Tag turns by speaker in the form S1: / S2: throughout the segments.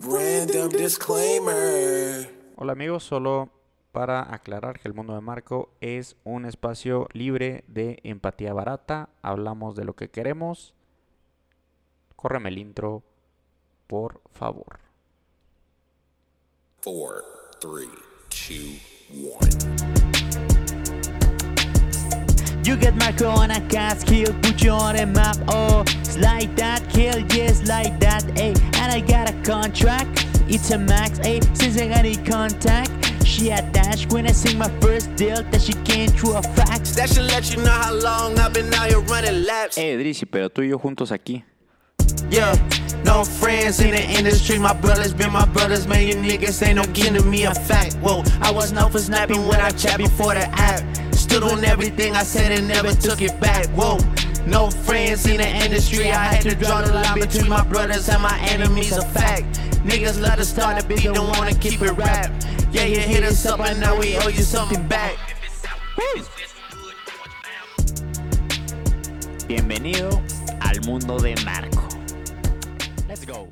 S1: Random disclaimer.
S2: Hola amigos, solo para aclarar que el mundo de Marco es un espacio libre de empatía barata. Hablamos de lo que queremos. Córreme el intro, por favor.
S1: Four, three, two, one.
S3: You get Marco on a cast, kill, put you on a map, oh It's like that, kill, yes, like that, ayy And I got a contract, it's a max, ayy Since I got any contact, she attached When I sing my first deal, that she came through a fax
S4: That should let you know how long I've been out here running laps.
S2: Eh, Drizzy, pero tú y yo juntos aquí.
S4: Yeah, no friends in the industry. My brothers been my brothers, man. You niggas ain't no kin to me. A fact. Whoa, I was known for snapping when I chat before the app. Stood on everything I said and never took it back. Whoa, no friends in the industry. I had to draw the line between my brothers and my enemies. A fact. Niggas love to start a beat, don't wanna keep it rap. Yeah, you hit us up, and now we owe you something back.
S3: Bienvenido al mundo de Marco Let's go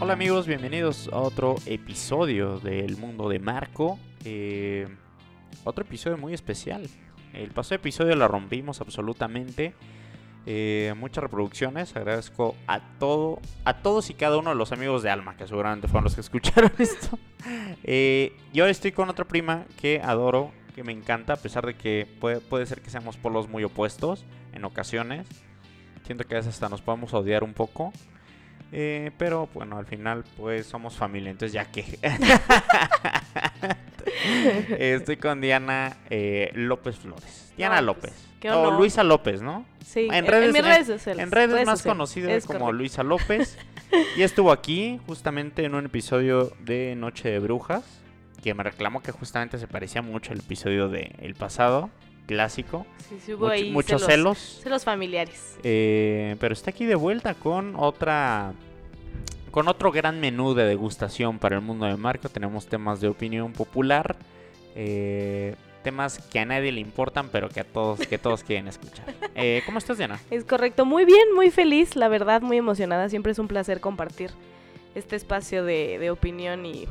S2: Hola amigos, bienvenidos a otro episodio del mundo de Marco. Eh, otro episodio muy especial. El pasado episodio la rompimos absolutamente. Eh, muchas reproducciones. Agradezco a todo, a todos y cada uno de los amigos de Alma, que seguramente fueron los que escucharon esto. Eh, y ahora estoy con otra prima que adoro, que me encanta, a pesar de que puede, puede ser que seamos polos muy opuestos en ocasiones. Siento que a veces hasta nos podemos odiar un poco. Eh, pero bueno, al final pues somos familia, entonces ya que... Estoy con Diana eh, López Flores. Diana
S5: No, pues,
S2: López.
S5: qué
S2: o
S5: honor.
S2: Luisa López, ¿no?
S5: Sí,
S2: En
S5: en,
S2: redes-
S5: en mis redes sociales.
S2: En redes
S5: redes
S2: más
S5: sociales,
S2: conocida
S5: es
S2: como
S5: correcto.
S2: Luisa López. Y estuvo aquí justamente en un episodio de Noche de Brujas, que me reclamó que justamente se parecía mucho al episodio del pasado, clásico.
S5: Sí, sí hubo
S2: Mucho-
S5: ahí
S2: muchos
S5: celos,
S2: celos.
S5: celos familiares.
S2: Eh, pero está aquí de vuelta con otra. Con otro gran menú de degustación para el mundo de Marco. Tenemos temas de opinión popular. eh, temas que a nadie le importan, pero que a todos, que todos quieren escuchar. Eh, ¿Cómo estás, Diana?
S5: Es correcto, muy bien, muy feliz, la verdad, muy emocionada. Siempre es un placer compartir este espacio de, de opinión y,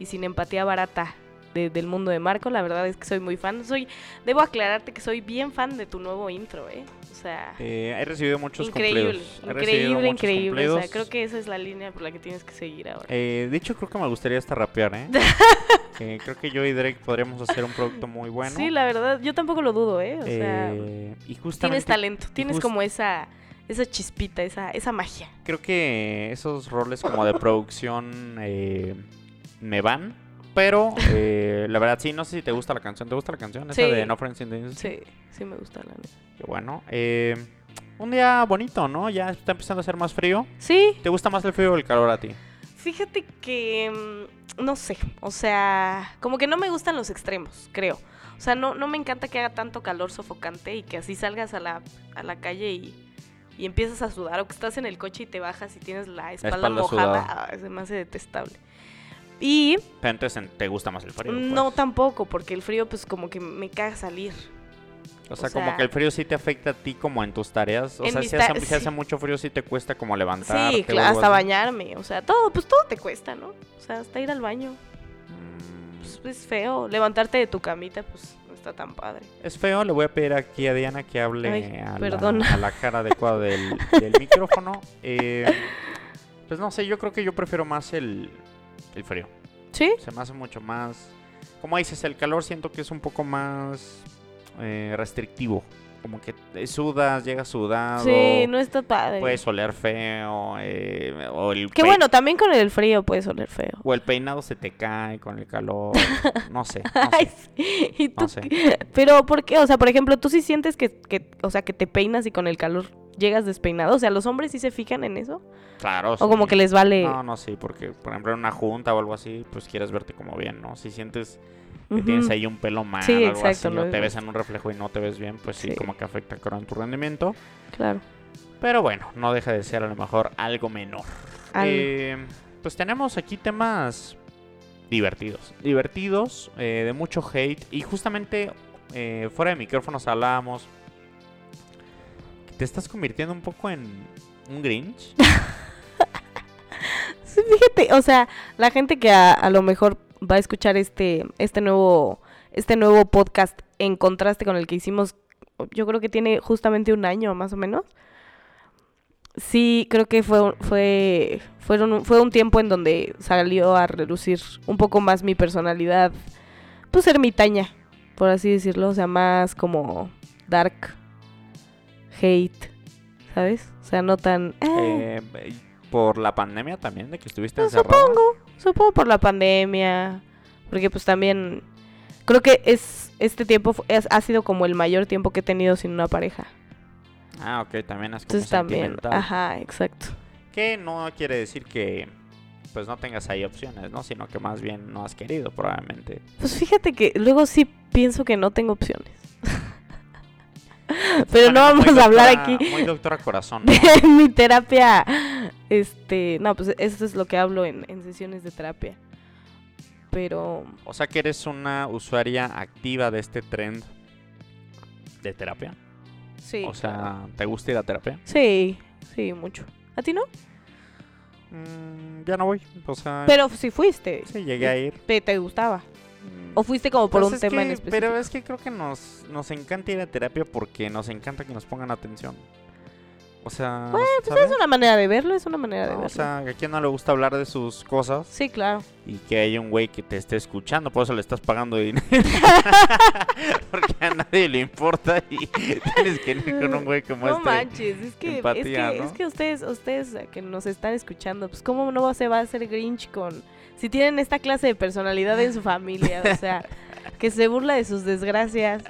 S5: y sin empatía barata de- del mundo de Marco. La verdad es que soy muy fan. Soy, debo aclararte que soy bien fan de tu nuevo intro, ¿eh? O sea,
S2: Eh, he recibido muchos
S5: increíble,
S2: cumplidos. He recibido
S5: increíble,
S2: muchos
S5: increíble. O sea,
S2: cumplidos.
S5: creo que esa es la línea por la que tienes que seguir ahora.
S2: Eh, de hecho, creo que me gustaría hasta rapear, ¿eh? Eh, creo que yo y Drake podríamos hacer un producto muy bueno.
S5: sí, la verdad, yo tampoco lo dudo, ¿eh? O sea,
S2: Eh, y
S5: tienes
S2: justamente
S5: talento, tienes
S2: just-
S5: como esa, esa chispita, esa, esa magia.
S2: creo que esos roles como de producción eh, me van. Pero eh, la verdad, sí, no sé si te gusta la canción. ¿Te gusta la canción? Esa
S5: Sí.
S2: de No Friends in the Industry.
S5: Sí, sí me gusta la neta.
S2: Qué bueno. Eh, un día bonito, ¿no? Ya está empezando a hacer más frío.
S5: Sí,
S2: ¿Te gusta más el frío o el calor a ti?
S5: fíjate que mm, no sé, o sea, como que no me gustan los extremos, creo. O sea, no, no me encanta que haga tanto calor sofocante y que así salgas a la, a la calle y, y empiezas a sudar o que estás en el coche y te bajas y tienes la espalda,
S2: espalda sudada.
S5: mojada. Ah, se me hace detestable. Y
S2: Pero entonces en- te gusta más el frío.
S5: no
S2: pues.
S5: tampoco, porque el frío pues como que me caga salir.
S2: O sea,
S5: O
S2: como
S5: sea-
S2: que el frío sí te afecta a ti como en tus tareas. O
S5: En
S2: sea,
S5: mis
S2: si hace,
S5: ta-
S2: si hace
S5: sí.
S2: mucho frío sí te cuesta como levantarte.
S5: Sí,
S2: o
S5: claro,
S2: algo
S5: hasta
S2: así.
S5: bañarme, o sea, todo, pues todo te cuesta, ¿no? O sea, hasta ir al baño.
S2: Mm,
S5: pues, es feo. Levantarte de tu camita, pues no está tan padre.
S2: Es feo, le voy a pedir aquí a Diana que hable
S5: Ay,
S2: a, la,
S5: perdona.
S2: a la cara adecuada del, del micrófono. Eh, pues no sé, yo creo que yo prefiero más el, el frío.
S5: ¿Sí?
S2: Se me hace mucho más... Como dices, el calor siento que es un poco más eh, restrictivo. Como que te sudas, llegas sudado.
S5: Sí, no está padre.
S2: Puedes oler feo. eh, o el
S5: que
S2: Pues, pe-
S5: bueno, también con el frío puedes oler feo.
S2: O el peinado se te cae con el calor. No sé. no
S5: Ay,
S2: sé.
S5: sí. ¿Y tú
S2: no sé.
S5: qué? Pero, ¿por qué? O sea, por ejemplo, tú sí sientes que, que- o sea, que te peinas y con el calor llegas despeinado. O sea, ¿los hombres sí se fijan en eso?
S2: Claro.
S5: ¿O como
S2: Oh, sí.
S5: que les vale...?
S2: No, no, sí, porque por ejemplo en una junta o algo así, pues quieres verte como bien, ¿no? Si sientes que
S5: Ujú.
S2: tienes ahí un pelo mal
S5: Sí,
S2: o algo
S5: exacto,
S2: así,
S5: no
S2: o
S5: es
S2: te ves
S5: justo.
S2: en un reflejo y no te ves bien, pues sí,
S5: Sí.
S2: como que afecta con tu rendimiento.
S5: Claro.
S2: Pero bueno, no deja de ser a lo mejor algo menor.
S5: Algo.
S2: Eh, pues tenemos aquí temas divertidos. Divertidos, eh, de mucho hate. Y justamente eh, fuera de micrófonos hablábamos. que Te estás convirtiendo un poco en un Grinch.
S5: Sí, Fíjate, o sea, la gente que a, a lo mejor va a escuchar este, este, nuevo, este nuevo podcast en contraste con el que hicimos, yo creo que tiene justamente un año más o menos. Sí, creo que fue, fue, fueron, un- fue un tiempo en donde salió a relucir un poco más mi personalidad, pues ermitaña, por así decirlo, o sea, más como dark, hate, ¿sabes? O sea, no tan... "Ah,
S2: Eh, eh, por la pandemia también, de que estuviste
S5: pues,
S2: encerrado.
S5: supongo, supongo por la pandemia, porque pues también creo que es este tiempo fu- es- ha sido como el mayor tiempo que he tenido sin una pareja.
S2: Ah, ok, también es como
S5: Entonces también,
S2: sentimental.
S5: ajá, exacto.
S2: Que no quiere decir que pues no tengas ahí opciones, ¿no? Sino que más bien no has querido, probablemente.
S5: Pues fíjate que luego sí pienso que no tengo opciones. Pero no
S2: Bueno, muy
S5: vamos a hablar
S2: doctora-
S5: aquí
S2: Muy doctora corazón. ¿no?
S5: de mi terapia. Este, no, pues eso es lo que hablo en, en sesiones de terapia. Pero
S2: O sea que eres una usuaria activa de este trend de terapia.
S5: sí.
S2: o sea, ¿te gusta ir a terapia?
S5: sí, sí, mucho. ¿A ti no?
S2: Mm, ya no voy. O sea,
S5: Pero sí fuiste.
S2: sí, llegué a ir.
S5: te, te gustaba.
S2: Mm,
S5: ¿O fuiste como por
S2: pues
S5: un
S2: es
S5: tema en
S2: que-
S5: específico?
S2: Pero es que creo que nos, nos encanta ir a terapia porque nos encanta que nos pongan atención. O sea, ¿sabes?
S5: Pues Es una manera de verlo, es una manera de
S2: No,
S5: verlo.
S2: o sea, ¿a quién no le gusta hablar de sus cosas?
S5: Sí, claro.
S2: y que haya un güey que te esté escuchando, por eso le estás pagando dinero. Porque a nadie le importa y tienes que ir con un güey como
S5: No
S2: este.
S5: manches, es que,
S2: empatía,
S5: es que,
S2: ¿no?
S5: es que ustedes, ustedes que nos están escuchando, pues cómo no se va a hacer Grinch con... Si tienen esta clase de personalidad en su familia, o sea, que se burla de sus desgracias,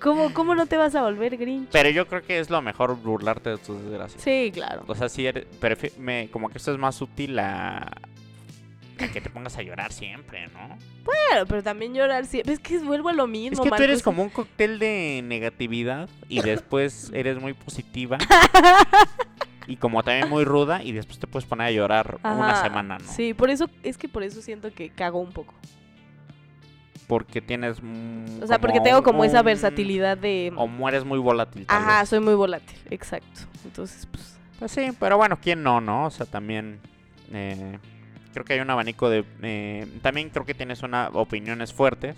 S5: ¿cómo, cómo no te vas a volver Grinch?
S2: Pero yo creo que es lo mejor burlarte de tus desgracias.
S5: Sí, claro.
S2: O sea, si eres- prefi- me- como que esto es más útil a... a que te pongas a llorar siempre, ¿no?
S5: Claro, pero también llorar siempre. Es que vuelvo a lo mismo.
S2: Es que tú eres
S5: Marcos. ¿eh?
S2: como un cóctel de negatividad y después eres muy positiva. Y como también muy ruda y después te puedes poner a llorar una
S5: Ajá,
S2: semana, ¿no?
S5: Sí, por eso, es que por eso siento que cago un poco.
S2: Porque tienes... mm,
S5: O sea, porque tengo como esa
S2: un-
S5: versatilidad de...
S2: O mueres muy volátil. tal
S5: Ajá,
S2: vez.
S5: soy muy volátil, exacto. Entonces, pues...
S2: Pues sí, pero bueno, ¿quién no, no? O sea, también. eh, creo que hay un abanico de. eh, también creo que tienes una, opiniones fuertes.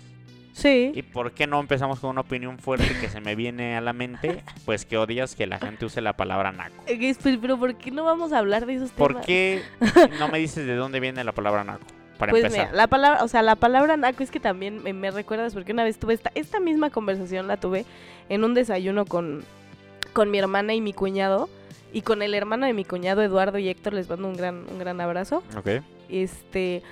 S5: Sí.
S2: ¿Y por qué no empezamos con una opinión fuerte que se me viene a la mente? Pues que odias que la gente use la palabra naco.
S5: Es- pues, Pero ¿por qué no vamos a hablar de esos
S2: ¿Por
S5: temas?
S2: qué no me dices de dónde viene la palabra naco? Para
S5: Pues
S2: empezar.
S5: mira, la palabra, o sea, la palabra naco es que también me, me recuerdas porque una vez tuve esta, esta misma conversación la tuve en un desayuno con, con mi hermana y mi cuñado y con el hermano de mi cuñado Eduardo y Héctor les mando un gran, un gran abrazo.
S2: Ok.
S5: Este,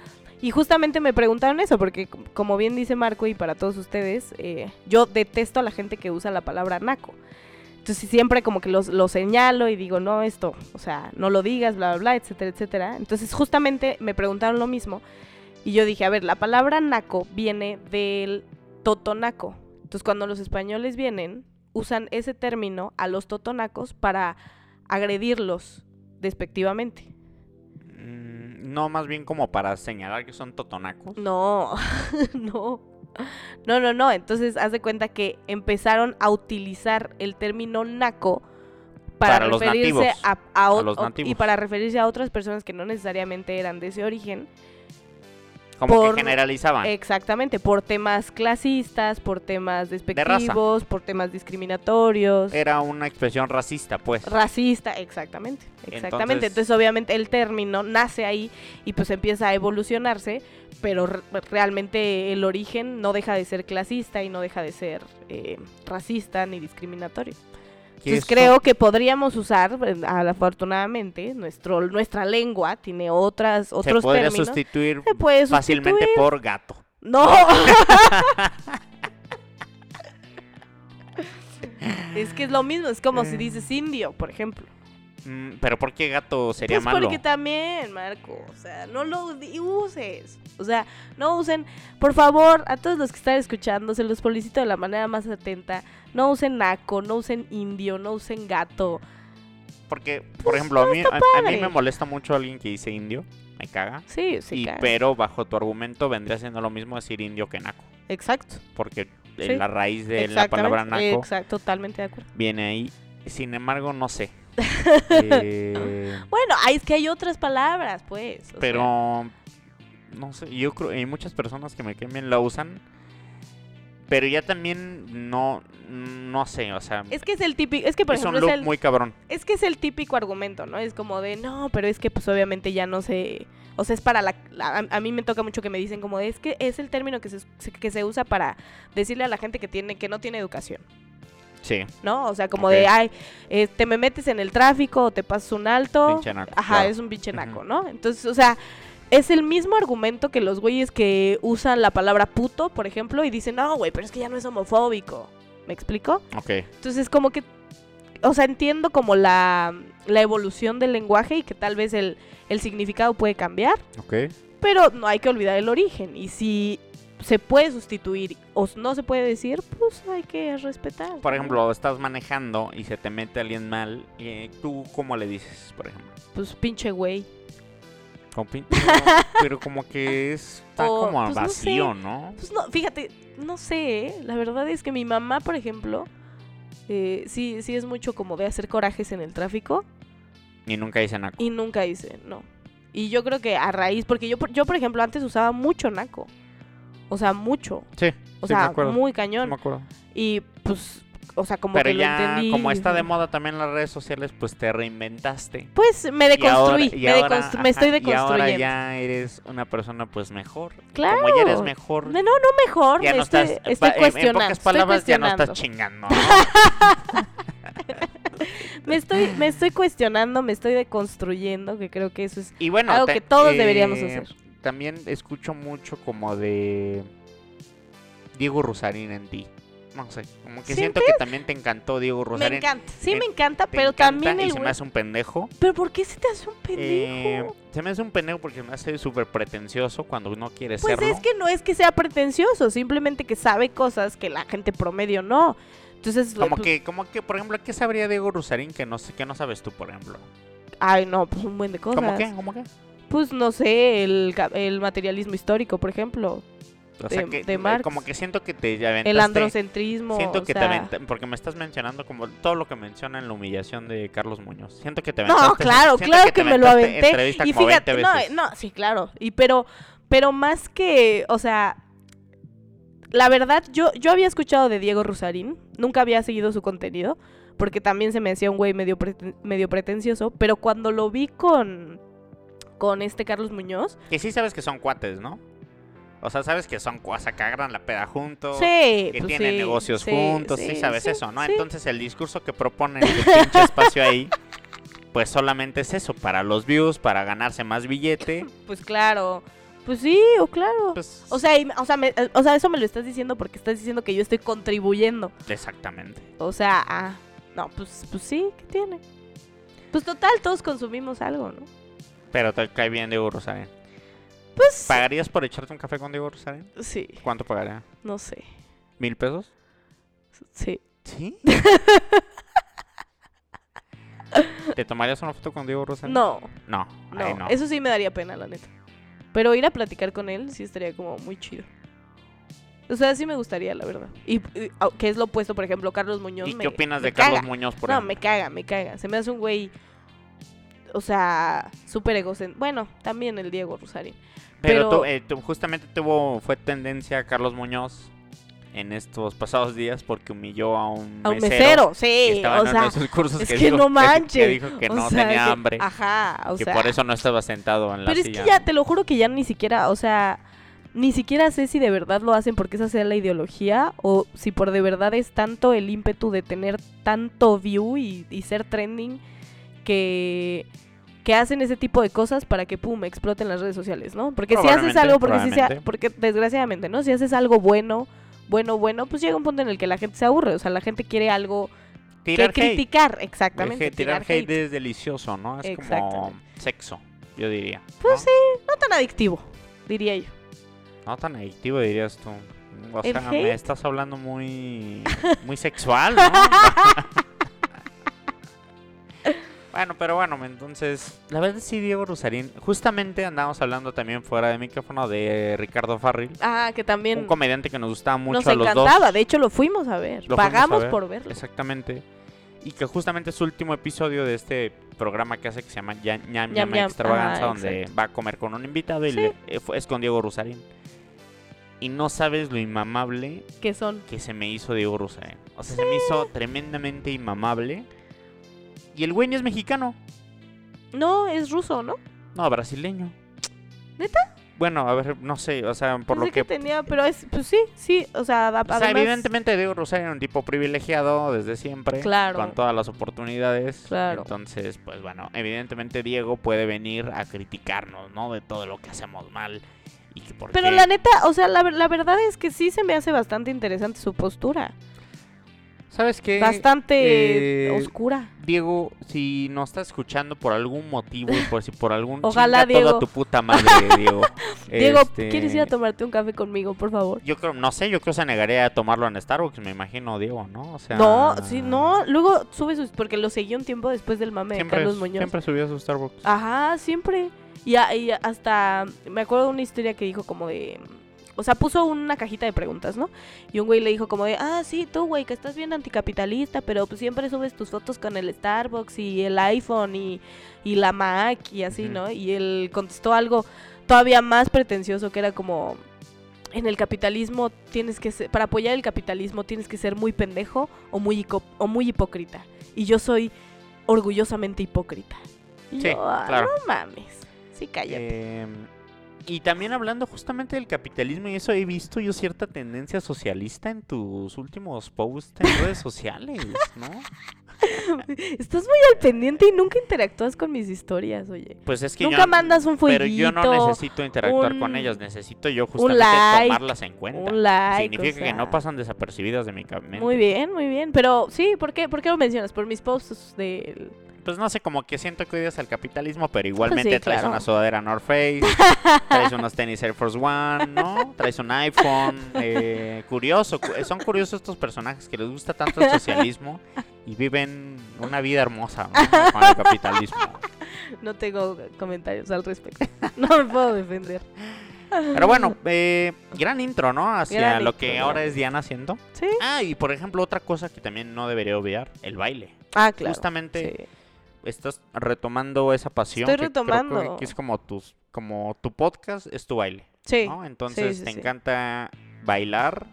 S5: y justamente me preguntaron eso, porque c- como bien dice Marco y para todos ustedes, eh, yo detesto a la gente que usa la palabra naco. Entonces siempre como que los, lo señalo y digo, no, esto, o sea, no lo digas, bla, bla, bla, etcétera, etcétera. Entonces justamente me preguntaron lo mismo y yo dije, a ver, la palabra naco viene del totonaco. Entonces cuando los españoles vienen, usan ese término a los totonacos para agredirlos despectivamente.
S2: Mm, No, más bien como para señalar que son totonacos.
S5: No, no. No, no, no. Entonces, haz de cuenta que empezaron a utilizar el término naco para,
S2: Para los
S5: referirse
S2: nativos,
S5: a, a o-
S2: a los
S5: o- y
S2: nativos.
S5: para referirse a otras personas que no necesariamente eran de ese origen.
S2: Como
S5: Por-
S2: que generalizaban.
S5: Exactamente, por temas clasistas, por temas
S2: raza.
S5: despectivos, por temas discriminatorios.
S2: Era una expresión racista, pues.
S5: Racista, exactamente, exactamente.
S2: Entonces-
S5: Entonces, obviamente el término nace ahí y pues empieza a evolucionarse, pero re- realmente el origen no deja de ser clasista y no deja de ser eh, racista ni discriminatorio.
S2: Que
S5: Entonces
S2: eso-
S5: pues creo que podríamos usar, eh, al- afortunadamente, nuestro, nuestra lengua tiene otras,
S2: se
S5: otros
S2: podría
S5: términos.
S2: sustituir
S5: Se puede
S2: fácilmente
S5: sustituir.
S2: por gato.
S5: No. es que es lo mismo, es como si
S2: Eh.
S5: dices indio, por ejemplo.
S2: Mm, Pero ¿por qué gato sería
S5: Pues
S2: malo?
S5: porque también, Marco, o sea, no lo di- uses. O sea, no usen, por favor, a todos los que están escuchando, se los solicito de la manera más atenta. No usen naco, no usen indio, no usen gato.
S2: Porque, por ejemplo, a mí, a, a mí
S5: pues, padre.
S2: me molesta mucho alguien que dice indio. me caga.
S5: Sí, sí.
S2: y,
S5: caga.
S2: Pero bajo tu argumento vendría siendo lo mismo decir indio que naco.
S5: Exacto.
S2: Porque eh,
S5: Sí,
S2: la raíz de la palabra naco
S5: exactamente, exact- totalmente de acuerdo.
S2: viene ahí. Sin embargo, no sé. Eh,
S5: Bueno, ay, es que hay otras palabras, pues. o sea,
S2: pero no sé, yo creo hay muchas personas que me quemen la usan. Pero ya también no no sé, o sea,
S5: es que es el típico, es que por
S2: es un
S5: ejemplo
S2: look
S5: es el,
S2: muy cabrón.
S5: es que es el típico argumento, ¿no? Es como de, no, pero es que pues obviamente ya no sé, o sea, es para la, la- a, a mí me toca mucho que me dicen como de, es que es el término que se, se- que se usa para decirle a la gente que tiene que no tiene educación,
S2: Sí,
S5: ¿no? O sea, como
S2: Ok.
S5: de, ay, eh, te me metes en el tráfico o te pasas un alto.
S2: pinche naco,
S5: Ajá,
S2: claro.
S5: es un pinche
S2: Ujú.
S5: naco, ¿no? Entonces, o sea, es el mismo argumento que los güeyes que usan la palabra puto, por ejemplo, y dicen, no, güey, pero es que ya no es homofóbico. ¿Me explico?
S2: Ok.
S5: Entonces, como que, o sea, entiendo como la, la evolución del lenguaje y que tal vez el, el significado puede cambiar,
S2: Ok.
S5: pero no hay que olvidar el origen. Y si se puede sustituir o no se puede decir, pues hay que respetar.
S2: Por
S5: ¿no?
S2: ejemplo, estás manejando y se te mete alguien mal, y tú cómo le dices, por ejemplo.
S5: Pues pinche güey.
S2: Con pin- pero- pero como que es- está
S5: O,
S2: como
S5: pues, no sé.
S2: vacío, ¿no?
S5: Pues no, fíjate, no sé, ¿eh? la verdad es que mi mamá, por ejemplo, eh, sí, sí es mucho como de hacer corajes en el tráfico
S2: Y nunca dice naco.
S5: y nunca hice, no. Y yo creo que a raíz, porque yo, por- yo por ejemplo, antes usaba mucho naco. O sea, mucho.
S2: Sí,
S5: O
S2: sí me
S5: sea,
S2: acuerdo.
S5: muy
S2: sí
S5: cañón.
S2: me acuerdo.
S5: Y pues, o sea, como
S2: Pero
S5: que lo
S2: ya,
S5: entendí.
S2: como está de
S5: ajá.
S2: moda también las redes sociales, pues te reinventaste.
S5: Pues me
S2: Y ahora-
S5: deconstruí,
S2: y
S5: me,
S2: ahora-
S5: deconstru- me estoy
S2: ajá, y
S5: deconstruyendo.
S2: ahora ya eres una persona pues mejor.
S5: Claro.
S2: Como ya eres mejor,
S5: No, no, no mejor,
S2: ya
S5: me
S2: no
S5: estoy,
S2: estás
S5: estoy
S2: pa- en- en,
S5: cuestionando.
S2: pocas
S5: estoy
S2: palabras ya no
S5: cuestionando.
S2: estás chingando. ¿no?
S5: Me estoy, me estoy cuestionando, me estoy deconstruyendo, que creo que eso es
S2: Y bueno, eh,
S5: Algo que todos deberíamos hacer.
S2: También escucho mucho como de Diego Rusarín en ti. No sé, como que siento
S5: Siempre
S2: que también te encantó Diego Rusarín.
S5: me encanta, sí
S2: eh,
S5: me encanta,
S2: Te
S5: pero
S2: encanta
S5: también
S2: y
S5: el
S2: se me
S5: güey-
S2: hace un pendejo.
S5: Pero ¿por qué se te hace un
S2: Eh,
S5: pendejo?
S2: se me hace un pendejo porque me hace súper pretencioso cuando no quiere
S5: pues
S2: serlo.
S5: es que no es que sea pretencioso, simplemente que sabe cosas que la gente promedio no. Entonces,
S2: Como
S5: pues,
S2: que, como que, por ejemplo, ¿qué sabría Diego Rusarín que no sé, que no sabes tú, por ejemplo?
S5: ay no, pues un buen de cosas.
S2: ¿Cómo qué? ¿Cómo qué?
S5: Pues no sé, el, ca- el materialismo histórico, por ejemplo,
S2: O sea,
S5: De-
S2: que,
S5: de
S2: eh,
S5: Marx.
S2: como que siento que te aventaste.
S5: el androcentrismo.
S2: Siento
S5: o
S2: que te
S5: sea-
S2: aventa- porque me estás mencionando como todo lo que menciona en la humillación de Carlos Muñoz. Siento que te aventaste.
S5: No, claro,
S2: siento
S5: claro que,
S2: te
S5: me lo
S2: aventaste
S5: aventé.
S2: entrevista
S5: Y
S2: como 20
S5: fíjate, no,
S2: veces.
S5: no, sí, claro. Y pero, pero más que, o sea, la verdad, yo, yo había escuchado de Diego Rusarín, nunca había seguido su contenido, porque también se me hacía un güey medio, preten- medio pretencioso, pero cuando lo vi con, con este Carlos Muñoz,
S2: Que sí sabes que son cuates, ¿no? O sea, sabes que son cuasa que agarran la peda juntos.
S5: sí,
S2: Oh, Que
S5: pues
S2: tienen
S5: sí,
S2: negocios
S5: sí,
S2: juntos, sí, sabes
S5: sí,
S2: eso, ¿no?
S5: sí.
S2: Entonces el discurso que propone el pinche espacio ahí, pues solamente es eso, para los views, para ganarse más billete.
S5: Pues claro, pues sí, o claro.
S2: Pues,
S5: o sea, y- o, sea me- o sea, eso me lo estás diciendo porque estás diciendo que yo estoy contribuyendo.
S2: exactamente.
S5: O sea, ah, no, pues, pues sí, ¿qué tiene? Pues total, todos consumimos algo, ¿no?
S2: Pero te cae bien Diego Rosarín.
S5: Pues
S2: ¿Pagarías por echarte un café con Diego Rosarín?
S5: sí,
S2: ¿Cuánto pagaría?
S5: no sé.
S2: ¿Mil pesos?
S5: Sí.
S2: ¿Sí? ¿Te tomarías una foto con Diego Rosarín?
S5: No,
S2: No,
S5: no,
S2: ay, no.
S5: Eso sí me daría pena, la neta. Pero ir a platicar con él sí estaría como muy chido. O sea, sí me gustaría, la verdad. Y, y, au- que es lo opuesto, por ejemplo, Carlos Muñoz.
S2: ¿Y
S5: me-
S2: qué opinas
S5: me
S2: de Carlos
S5: caga.
S2: Muñoz, por
S5: no,
S2: ejemplo?
S5: me caga, me caga. Se me hace un güey. O sea, súper egocéntrico. Bueno, también el Diego Rosarín.
S2: Pero,
S5: Pero-
S2: tu- eh, tu- justamente tuvo, fue tendencia a Carlos Muñoz en estos pasados días porque humilló a un,
S5: A un
S2: mesero.
S5: mesero,
S2: que
S5: sí.
S2: estaba en
S5: O
S2: uno
S5: sea,
S2: de esos cursos
S5: es
S2: que,
S5: que
S2: dijo
S5: no
S2: que-
S5: manches,
S2: Que dijo que
S5: o
S2: no
S5: sea,
S2: tenía
S5: que-
S2: hambre.
S5: Ajá, o
S2: que
S5: sea.
S2: por eso no estaba sentado en la
S5: Pero es
S2: silla.
S5: que ya, te lo juro que ya ni siquiera, o sea, ni siquiera sé si de verdad lo hacen porque esa sea la ideología o si por de verdad es tanto el ímpetu de tener tanto view y, y ser trending que, que hacen ese tipo de cosas para que, pum, exploten las redes sociales, ¿no? Porque si haces
S2: Probablemente,
S5: algo, porque, si sea-
S2: probablemente.
S5: porque desgraciadamente, ¿no? Si haces algo bueno, bueno, bueno, pues llega un punto en el que la gente se aburre, o sea, la gente quiere algo
S2: tirar
S5: que
S2: hate.
S5: criticar,
S2: Porque
S5: exactamente.
S2: tirar hate, es delicioso, ¿no? Es como
S5: Exactamente.
S2: sexo, yo diría.
S5: Pues
S2: ¿no?
S5: No tan adictivo, diría yo.
S2: No tan adictivo, dirías tú. O
S5: ¿El
S2: sea,
S5: hate?
S2: me estás hablando muy, muy sexual, ¿no? Bueno, pero bueno, entonces, la verdad sí, Diego Rusarín. Justamente andábamos hablando también fuera de micrófono de Ricardo Farril,
S5: Ah, que también
S2: un comediante que nos gustaba mucho
S5: nos
S2: a los
S5: encantaba.
S2: dos.
S5: De hecho, lo fuimos a ver.
S2: Lo fuimos a
S5: Pagamos
S2: ver.
S5: por verlo.
S2: Exactamente. Y que justamente es su último episodio de este programa que hace que se llama Ya- Ñam Ñam,
S5: Ñam, Ñam.
S2: Extravaganza,
S5: Ajá,
S2: donde
S5: exacto.
S2: va a comer con un invitado y
S5: Sí.
S2: le- eh, fue- es con Diego Rusarín. Y no sabes lo inmamable
S5: Que son.
S2: que se me hizo Diego Rusarín. O sea, se me hizo tremendamente inmamable. Y el güey ni es mexicano,
S5: No, es ruso, ¿no?
S2: no, brasileño.
S5: ¿Neta?
S2: Bueno, a ver, no sé, o sea, por
S5: Pensé
S2: lo que...
S5: tenía, pero es, pues sí, sí, o sea, da-
S2: o sea,
S5: además-
S2: evidentemente Diego Rosario era un tipo privilegiado desde siempre.
S5: Claro.
S2: Con todas las oportunidades.
S5: Claro.
S2: Entonces, pues bueno, evidentemente Diego puede venir a criticarnos, ¿no? De todo lo que hacemos mal. Y que por
S5: Pero
S2: qué.
S5: la neta, o sea, la, ver- la verdad es que sí se me hace bastante interesante su postura.
S2: ¿Sabes qué?
S5: bastante
S2: eh,
S5: oscura.
S2: Diego, si nos está escuchando por algún motivo y por si por algún
S5: Ojalá,
S2: chinga toda
S5: Diego.
S2: tu puta madre, Diego.
S5: Diego,
S2: Este,
S5: ¿quieres ir a tomarte un café conmigo, por favor?
S2: Yo creo, no sé, yo creo que se negaría a tomarlo en Starbucks, me imagino, Diego, ¿no? O sea,
S5: No, sí, no. Luego sube sus. Porque lo seguí un tiempo después del mame de
S2: Siempre,
S5: Carlos Muñoz.
S2: siempre subía a su Starbucks.
S5: Ajá, siempre. Y, a- y hasta. Me acuerdo de una historia que dijo como de. O sea, puso una cajita de preguntas, ¿no? Y un güey le dijo como de, ah, sí, tú, güey, que estás bien anticapitalista, pero pues siempre subes tus fotos con el Starbucks y el iPhone y, y la Mac y así,
S2: Ujú.
S5: ¿no? Y él contestó algo todavía más pretencioso que era como, en el capitalismo tienes que ser, para apoyar el capitalismo tienes que ser muy pendejo o muy, hico- o muy hipócrita. Y yo soy orgullosamente hipócrita. Y
S2: Sí,
S5: yo, "Ah,
S2: claro.
S5: No mames. Sí, cállate.
S2: Eh, y también hablando justamente del capitalismo y eso, he visto yo cierta tendencia socialista en tus últimos posts en redes sociales, ¿no?
S5: Estás muy al pendiente y nunca interactúas con mis historias, oye.
S2: Pues es que
S5: Nunca
S2: yo,
S5: mandas un fueguito,
S2: Pero yo no necesito interactuar con
S5: un-
S2: ellas, necesito yo justamente
S5: like,
S2: tomarlas en cuenta.
S5: un like.
S2: Significa
S5: o sea.
S2: que no pasan desapercibidas de mi mente.
S5: Muy bien, muy bien. Pero sí, ¿por qué, ¿por qué lo mencionas? Por mis posts del...
S2: Pues no sé, como que siento que odias al capitalismo, pero igualmente
S5: sí,
S2: traes
S5: claro.
S2: una sudadera North Face, traes unos tenis Air Force One, ¿no? Traes un iPhone. eh, curioso, cu- son curiosos estos personajes que les gusta tanto el socialismo y viven una vida hermosa ¿no? con el capitalismo.
S5: No tengo comentarios al respecto. No me puedo defender.
S2: Pero bueno, eh, gran intro, ¿no? Hacia
S5: Gran
S2: lo que
S5: intro,
S2: ahora
S5: gran
S2: es Diana haciendo.
S5: Sí.
S2: Ah, y por ejemplo, otra cosa que también no debería obviar, el baile.
S5: Ah, claro.
S2: Justamente
S5: sí.
S2: estás retomando esa pasión.
S5: Estoy
S2: que creo que-
S5: retomando.
S2: que es como tus, como tu podcast es tu baile.
S5: Sí,
S2: ¿no? Entonces
S5: sí,
S2: te
S5: sí.
S2: encanta bailar,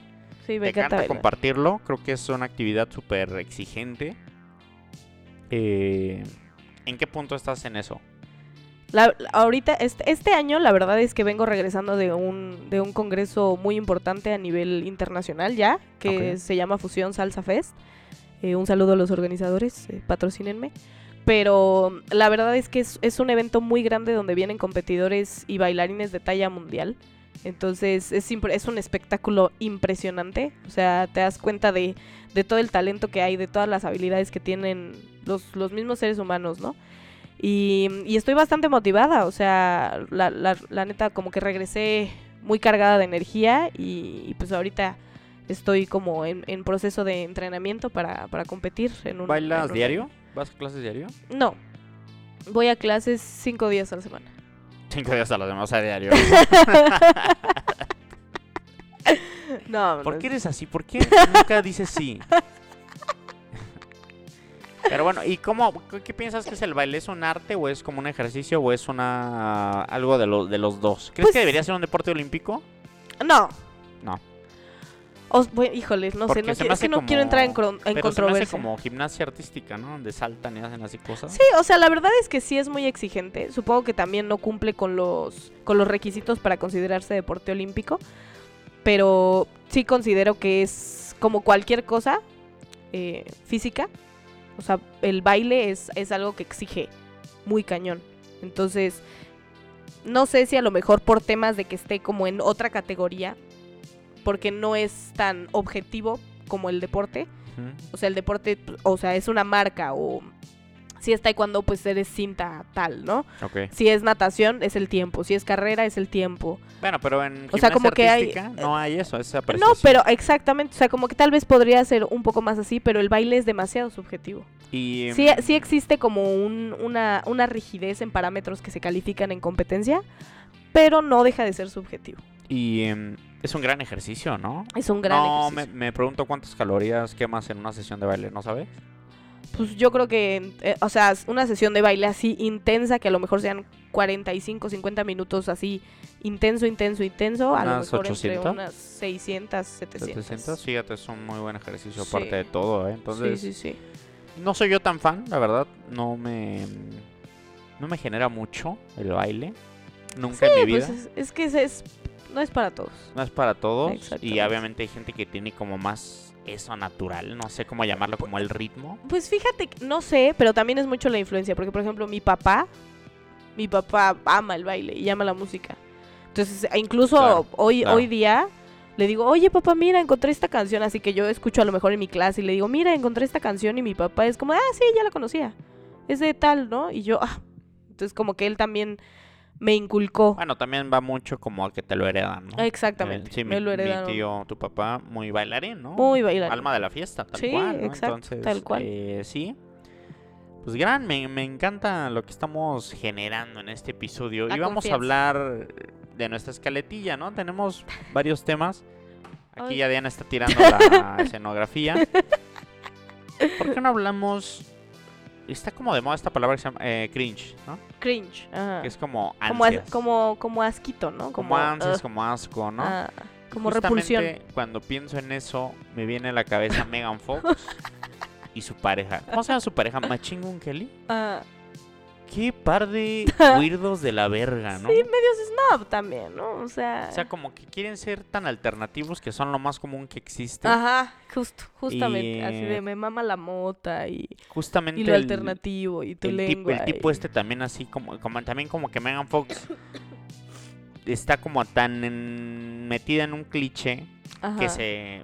S5: sí, me
S2: te
S5: encanta
S2: encanta
S5: bailar.
S2: compartirlo, creo que es una actividad súper exigente. Eh, ¿En qué punto estás en eso?
S5: La- la- ahorita, este, este año, la verdad es que vengo regresando de un, de un congreso muy importante a nivel internacional ya, que
S2: Ok.
S5: se llama Fusión Salsa Fest. Eh, un saludo a los organizadores, eh, patrocínenme. Pero la verdad es que es, es un evento muy grande donde vienen competidores y bailarines de talla mundial. Entonces es, impre- es un espectáculo impresionante. O sea, te das cuenta de, de todo el talento que hay, de todas las habilidades que tienen los, los mismos seres humanos, ¿no? Y, y estoy bastante motivada, o sea, la, la- la neta como que regresé muy cargada de energía y, y pues ahorita estoy como en, en proceso de entrenamiento para, para competir en un... en
S2: ¿Bailas
S5: un-
S2: diario? ¿Vas a clases diario?
S5: No, voy a clases cinco días a la semana.
S2: Cinco días a la semana, o sea, diario.
S5: No,
S2: ¿Por
S5: no,
S2: qué eres así? ¿Por qué nunca dices sí? Pero bueno, ¿y cómo? ¿Qué, qué piensas que es el baile? ¿Es un arte o es como un ejercicio o es una algo de, lo- de los dos? ¿Crees
S5: Pues-
S2: que debería ser un deporte olímpico?
S5: No.
S2: No.
S5: Os- bueno, híjoles, no
S2: Porque
S5: sé, no
S2: se
S5: qui-
S2: me
S5: es que
S2: hace
S5: no quiero
S2: como-
S5: entrar en, cron- en
S2: Pero se me hace
S5: controversia.
S2: como gimnasia artística, ¿no? Donde saltan y hacen así cosas.
S5: Sí, o sea, la verdad es que sí es muy exigente. Supongo que también no cumple con los, con los requisitos para considerarse deporte olímpico. Pero sí considero que es como cualquier cosa eh, física. O sea, el baile es, es algo que exige muy cañón. Entonces, no sé si a lo mejor por temas de que esté como en otra categoría, porque no es tan objetivo como el deporte,
S2: Ujú.
S5: o sea, el deporte, o sea, es una marca o Si es taekwondo, pues eres cinta tal, ¿no?
S2: Ok.
S5: Si es natación, es el tiempo. Si es carrera, es el tiempo.
S2: Bueno, pero en
S5: O sea,
S2: gimnasia
S5: como que hay- eh,
S2: artística no hay eso, esa
S5: No,
S2: apreciación.
S5: pero exactamente. O sea, como que tal vez podría ser un poco más así, pero el baile es demasiado subjetivo.
S2: Y,
S5: Sí, sí existe como un- una, una rigidez en parámetros que se califican en competencia, pero no deja de ser subjetivo.
S2: y, em, es un gran ejercicio, ¿no?
S5: Es un gran
S2: no,
S5: ejercicio.
S2: Me, me pregunto cuántas calorías quemas en una sesión de baile, ¿no sabes?
S5: Pues yo creo que, eh, o sea, es una sesión de baile así intensa, que a lo mejor sean 45, 50 minutos así, intenso, intenso, intenso, a lo
S2: ¿Unas
S5: mejor
S2: 800?
S5: entre unas 600, 700.
S2: 700, fíjate, es un muy buen ejercicio
S5: Sí.
S2: aparte de todo, ¿eh? Entonces,
S5: sí, sí, sí.
S2: no soy yo tan fan, la verdad, no me no me genera mucho el baile. Nunca en mi vida.
S5: Pues es, es que es, es- no es para todos.
S2: No es para todos y
S5: Exactamente.
S2: obviamente hay gente que tiene como más eso natural, no sé cómo llamarlo, como el ritmo.
S5: Pues fíjate, que- no sé, pero también es mucho la influencia, porque por ejemplo mi papá, mi papá ama el baile y ama la música. Entonces, e incluso
S2: Claro,
S5: hoy,
S2: claro.
S5: hoy día le digo, oye papá, mira, encontré esta canción, así que yo escucho a lo mejor en mi clase y le digo, mira, encontré esta canción y mi papá es como, ah, sí, ya la conocía, es de tal, ¿no? Y yo, ah, entonces como que él también me inculcó. Ah,
S2: Bueno, también va mucho como a que te lo heredan, ¿no?
S5: Exactamente,
S2: Eh, sí,
S5: me
S2: mi,
S5: lo
S2: mi
S5: heredaron.
S2: tío, tu papá, muy bailarín, ¿no?
S5: Muy bailarín.
S2: Alma de la fiesta, tal
S5: Sí,
S2: cual. ¿no?
S5: exacto,
S2: Entonces,
S5: tal cual.
S2: eh, sí. Pues gran, me, me encanta lo que estamos generando en este episodio.
S5: La
S2: y vamos
S5: confianza.
S2: a hablar de nuestra escaletilla, ¿no? Tenemos varios temas. Aquí
S5: Ay.
S2: ya Diana está tirando la escenografía. ¿Por qué no hablamos? Está como de moda esta palabra que se llama eh, cringe, ¿no?
S5: Cringe. ajá.
S2: Que es como
S5: Ah. Como, as-
S2: ansias.
S5: como, como asquito, ¿no?
S2: como,
S5: ah,
S2: ansias, como asco, ¿no?
S5: ah, como
S2: Justamente,
S5: repulsión.
S2: Cuando pienso en eso, me viene a la cabeza Megan Fox y su pareja. ¿Cómo se llama su pareja? Machingun Kelly.
S5: Ah,
S2: Qué par de weirdos de la verga, ¿no?
S5: Sí, medios snob también, ¿no? O sea.
S2: O sea, como que quieren ser tan alternativos que son lo más común que existe.
S5: Ajá, justo, justamente.
S2: Y-
S5: Así de me mama la mota y,
S2: Justamente
S5: y lo
S2: el-
S5: alternativo y tu
S2: el, tipo,
S5: lengua.
S2: el tipo este también así como, como- también como que Megan Fox está como tan en- metida en un cliché que se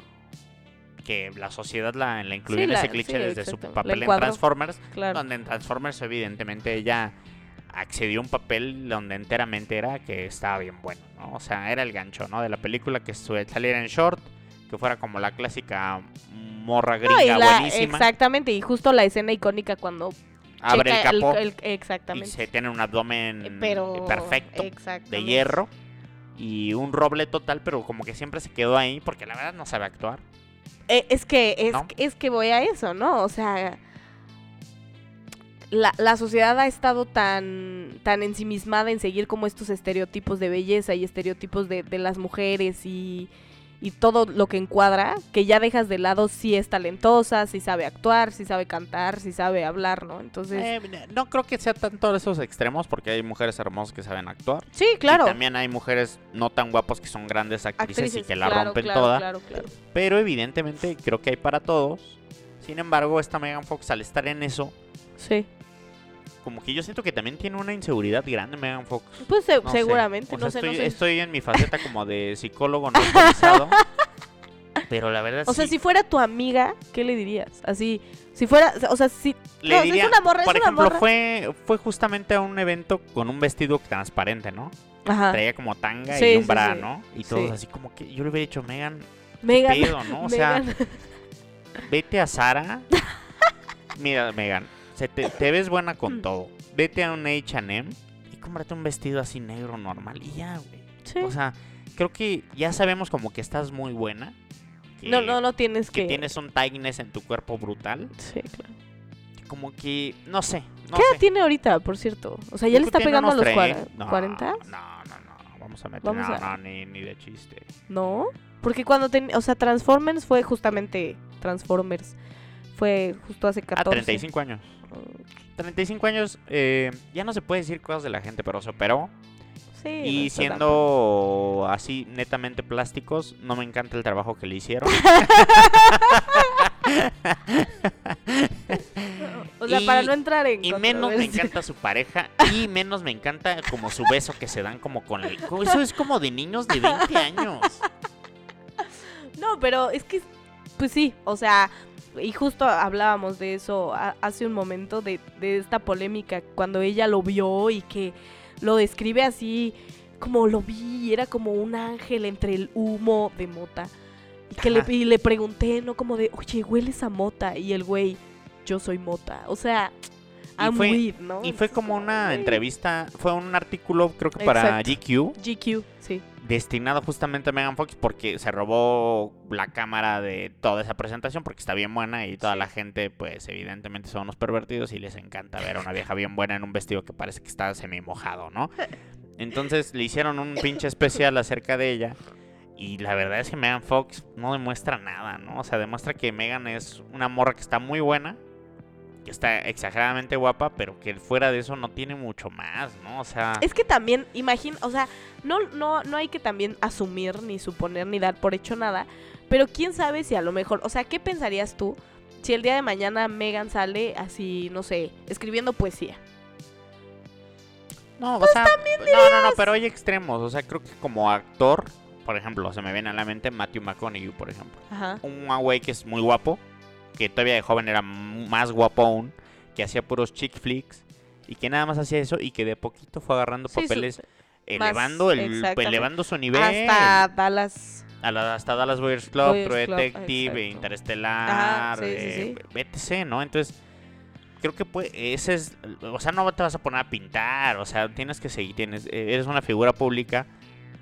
S2: que la sociedad la, la incluyó
S5: Sí,
S2: en
S5: la-
S2: ese cliché
S5: sí,
S2: desde su
S5: exactamente. La
S2: papel en
S5: encuadró.
S2: Transformers
S5: Claro.
S2: Donde en Transformers, evidentemente, ella accedió a un papel donde enteramente era que estaba bien bueno, ¿no? O sea, era el gancho, ¿no? De la película que su- saliera en short, que fuera como la clásica morra
S5: No, y
S2: gringa
S5: la-
S2: buenísima.
S5: exactamente, y justo la escena icónica cuando
S2: abre el
S5: checa
S2: capó y
S5: exactamente. Eh,
S2: se tiene un abdomen
S5: Pero
S2: perfecto, de
S5: exactamente.
S2: hierro. Y un roble total, pero como que siempre se quedó ahí, porque la verdad no sabe actuar.
S5: Eh, es que es,
S2: ¿No?
S5: es que voy a eso, ¿no? O sea, la, la sociedad ha estado tan, tan ensimismada en seguir como estos estereotipos de belleza y estereotipos de, de las mujeres y, y todo lo que encuadra, que ya dejas de lado si es talentosa, si sabe actuar, si sabe cantar, si sabe hablar, ¿no? Entonces,
S2: Eh, no- no creo que sea tanto esos extremos, porque hay mujeres hermosas que saben actuar.
S5: sí,
S2: Y
S5: claro.
S2: también hay mujeres no tan guapas que son grandes actrices, y que la
S5: claro,
S2: rompen
S5: claro,
S2: toda.
S5: Claro, claro.
S2: Pero evidentemente creo que hay para todos. Sin embargo, esta Megan Fox al estar en eso,
S5: Sí.
S2: como que yo siento que también tiene una inseguridad grande Megan Fox.
S5: Pues se-
S2: No sé.
S5: seguramente,
S2: O
S5: no
S2: sea,
S5: sé, no
S2: estoy,
S5: sé.
S2: estoy en mi faceta como de psicólogo no autorizado. pero la verdad
S5: O sea,
S2: sí,
S5: si fuera tu amiga, ¿qué le dirías? Así, si fuera, o sea, si
S2: le
S5: no, es
S2: diría,
S5: una morra, es
S2: por
S5: una
S2: ejemplo,
S5: morra.
S2: fue fue justamente a un evento con un vestido transparente, ¿no?
S5: Ajá.
S2: Traía como tanga
S5: Ah. Sí,
S2: y
S5: sí,
S2: un bra,
S5: sí.
S2: ¿no? Y todos
S5: Sí.
S2: así como que yo le hubiera dicho, Megan,
S5: Megan.
S2: pedo, ¿no? O sea,
S5: Megan.
S2: Vete a Sara. Mira, Megan, se te, te ves buena
S5: Mm.
S2: con todo. Vete a un HM y cómprate un vestido así negro normal y ya, güey.
S5: Sí.
S2: O sea, creo que ya sabemos como que estás muy buena. Que,
S5: no, no, no tienes
S2: que
S5: que.
S2: tienes un tightness en tu cuerpo brutal.
S5: Sí, claro.
S2: Como que, no sé. No
S5: ¿Qué edad
S2: sé.
S5: tiene ahorita, por cierto? O sea, ya
S2: Yo
S5: le está
S2: creo que tiene
S5: pegando a los
S2: unos
S5: cuara-
S2: tre- no,
S5: 40.
S2: No, no, no. Vamos a meter.
S5: Vamos
S2: no,
S5: a-
S2: no, ni, ni de chiste.
S5: No. Porque cuando ten- o sea, Transformers fue justamente Transformers. Fue justo hace
S2: A
S5: 14.
S2: 35 años.
S5: Oh.
S2: 35 años, eh, ya no se puede decir cosas de la gente, pero se operó.
S5: Sí. pues no
S2: Y
S5: está tan-
S2: siendo así netamente plásticos, no me encanta el trabajo que le hicieron.
S5: O sea,
S2: y-
S5: para no entrar en.
S2: Y menos me
S5: controversia.
S2: encanta su pareja. Y menos me encanta como su beso que se dan como con el... co- Eso es como de niños de 20 años.
S5: No, pero es que. Pues sí, o sea, y justo hablábamos de eso a- hace un momento, de, de esta polémica, cuando ella lo vio y que lo describe así, como lo vi, era como un ángel entre el humo de mota. Y, que le,
S2: Ajá.
S5: y le pregunté, ¿no? Como de, oye, hueles a mota. Y el güey, yo soy mota. O sea,
S2: Y
S5: I'm
S2: fue-
S5: weed, ¿no?
S2: Y fue como una
S5: Entonces,
S2: entrevista, fue un artículo creo que para
S5: Exacto.
S2: GQ,
S5: GQ, sí.
S2: destinado justamente a Megan Fox porque se robó la cámara de toda esa presentación porque está bien buena y toda la gente pues evidentemente son unos pervertidos y les encanta ver a una vieja bien buena en un vestido que parece que está semi mojado, ¿no? Entonces le hicieron un pinche especial acerca de ella y la verdad es que Megan Fox no demuestra nada, ¿no? O sea, demuestra que Megan es una morra que está muy buena, que está exageradamente guapa, pero que fuera de eso no tiene mucho más, ¿no? O sea,
S5: Es que también, imagina, o sea, no, no, no hay que también asumir, ni suponer, ni dar por hecho nada. Pero quién sabe si a lo mejor, o sea, ¿qué pensarías tú si el día de mañana Megan sale así, no sé, escribiendo poesía?
S2: No,
S5: Pues
S2: o sea, no, no, no, pero hay extremos. O sea, creo que como actor, por ejemplo, se me viene a la mente Matthew McConaughey, por ejemplo.
S5: Ajá.
S2: Un güey que es muy guapo, que todavía de joven era m- más guapo aún, que hacía puros chick flicks y que nada más hacía eso y que de poquito fue agarrando
S5: Sí, su-
S2: papeles, elevando, el,
S5: exactamente.
S2: elevando su nivel.
S5: Hasta Dallas.
S2: A la- hasta Dallas Buyers Club,
S5: Buyers
S2: True
S5: Club,
S2: Detective,
S5: exacto.
S2: Interestelar,
S5: Ajá, sí, sí,
S2: eh, etc, ¿no? Entonces, creo que pues, ese es, o sea, no te vas a poner a pintar, o sea, tienes que seguir, tienes, eh, eres una figura pública,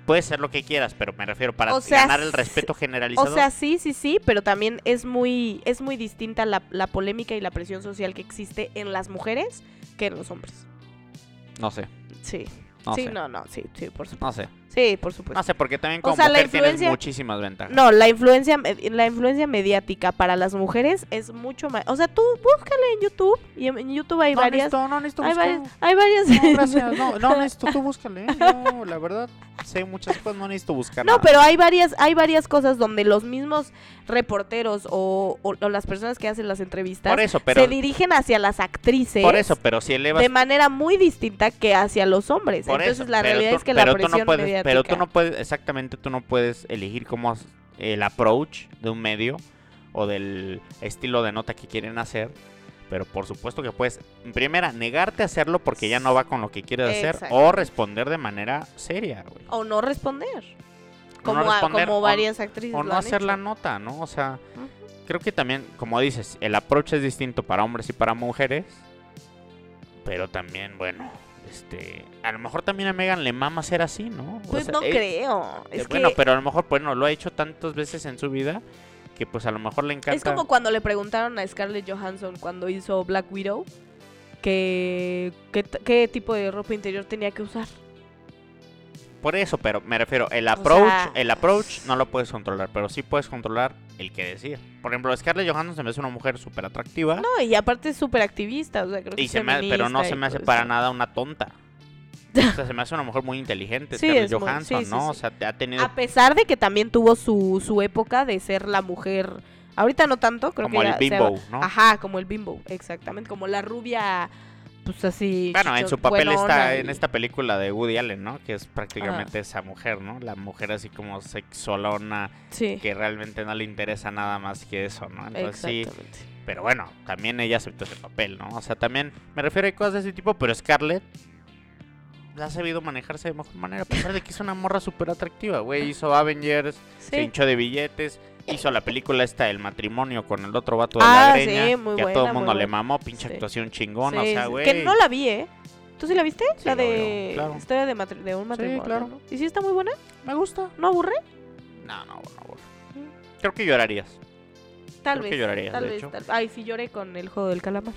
S2: puedes ser lo que quieras, pero me refiero, para
S5: O sea,
S2: ganar el
S5: s-
S2: respeto
S5: O
S2: generalizado,
S5: sea, sí, sí, sí, pero también es muy, es muy distinta la, la polémica y la presión social que existe en las mujeres que en los hombres.
S2: no sé,
S5: Sí.
S2: no
S5: sí,
S2: sé,
S5: no, no, sí, sí, por supuesto.
S2: no sé,
S5: Sí, por supuesto.
S2: Pues, no sé, porque también
S5: O
S2: como
S5: sea, la
S2: mujer tienes
S5: influencia-
S2: muchísimas ventajas.
S5: No, la influencia, la influencia mediática para las mujeres es mucho más. O sea, tú búscale en YouTube. Y en- en YouTube hay
S2: No,
S5: varias.
S2: necesito- no necesito
S5: Hay
S2: buscar.
S5: varias. Hay varias.
S2: No, gracias. No, no necesito, tú búscale. ¿eh? Yo, la verdad, sé muchas cosas, no necesito buscar.
S5: No,
S2: nada.
S5: pero hay varias, hay varias cosas donde los mismos reporteros o, o- o las personas que hacen las entrevistas
S2: Por eso, pero.
S5: se dirigen hacia las actrices
S2: Por eso, pero si elevas
S5: de manera muy distinta que hacia los hombres.
S2: Por
S5: Entonces
S2: eso,
S5: la
S2: pero
S5: realidad
S2: tú-
S5: es que la
S2: pero tú
S5: presión
S2: no puedes,
S5: mediática.
S2: Pero tú no puedes, exactamente, tú no puedes elegir cómo as- el approach de un medio o del estilo de nota que quieren hacer. Pero por supuesto que puedes, en primera, negarte a hacerlo porque ya no va con lo que quieres hacer o
S5: Exactamente.
S2: responder de manera seria, güey.
S5: O no responder.
S2: O
S5: Como,
S2: no
S5: a-
S2: responder,
S5: como
S2: o-
S5: varias actrices.
S2: O
S5: lo
S2: no
S5: han
S2: hacer
S5: hecho.
S2: la nota, ¿no? O sea,
S5: Ujú.
S2: creo que también, como dices, el approach es distinto para hombres y para mujeres. Pero también, bueno, este, a lo mejor también a Megan le mama ser así, ¿no? O
S5: Pues
S2: sea,
S5: no
S2: eh,
S5: creo. Es que-
S2: bueno, pero a lo mejor, bueno, lo ha hecho tantas veces en su vida que pues a lo mejor le encanta.
S5: Es como cuando le preguntaron a Scarlett Johansson cuando hizo Black Widow que, que t- qué tipo de ropa interior tenía que usar.
S2: Por eso, pero me refiero, el approach,
S5: sea-
S2: el approach no lo puedes controlar, pero sí puedes controlar el que decir. Por ejemplo, Scarlett Johansson se me hace una mujer súper atractiva
S5: No, y aparte es súper activista, o sea, creo que
S2: y
S5: es
S2: se me, pero
S5: feminista
S2: no
S5: y
S2: se me hace
S5: todo
S2: para
S5: eso.
S2: nada una tonta. O sea, se me hace una mujer muy inteligente,
S5: Sí,
S2: Scarlett
S5: es muy-
S2: Johansson,
S5: sí, sí,
S2: ¿no? O
S5: sí. Ah,
S2: sea, te ha tenido
S5: A pesar de que también tuvo su, su época de ser la mujer, ahorita no tanto, creo
S2: como
S5: que
S2: el
S5: ya se
S2: bimbo,
S5: va-
S2: ¿no?
S5: Ajá, como el bimbo, exactamente, como la rubia pues así
S2: Bueno, en
S5: chichón-
S2: su papel está
S5: buenona
S2: en este
S5: y-
S2: esta película de Woody Allen, ¿no? Que es prácticamente esa mujer, ¿no? La mujer así como sexolona,
S5: Sí.
S2: que realmente no le interesa nada más que eso, ¿no? Entonces sí,
S5: Exactamente.
S2: pero bueno, también ella aceptó ese papel, ¿no? O sea, también me refiero a cosas de ese tipo, pero Scarlett ha sabido manejarse de mejor manera, a pesar de que es una morra súper atractiva, güey. Hizo Avengers, se
S5: Sí.
S2: hinchó de billetes, hizo la película esta, El matrimonio con el otro vato de la
S5: Ah,
S2: greña,
S5: sí, muy
S2: que a
S5: buena,
S2: todo el
S5: muy
S2: mundo le
S5: buena.
S2: mamó, pinche
S5: Sí.
S2: actuación chingona,
S5: Sí,
S2: o sea,
S5: sí,
S2: güey.
S5: Que no la vi, ¿eh? ¿Tú sí la viste?
S2: Sí,
S5: la
S2: la
S5: de
S2: veo, claro.
S5: historia de, matri- de un matrimonio.
S2: claro.
S5: ¿no? ¿Y sí está muy buena?
S2: Me gusta.
S5: ¿No aburre?
S2: No, no, no, güey. Creo que llorarías.
S5: Tal
S2: Creo que
S5: vez.
S2: llorarías,
S5: tal
S2: de
S5: vez.
S2: hecho.
S5: tal- Ay, sí lloré con el juego del calamar.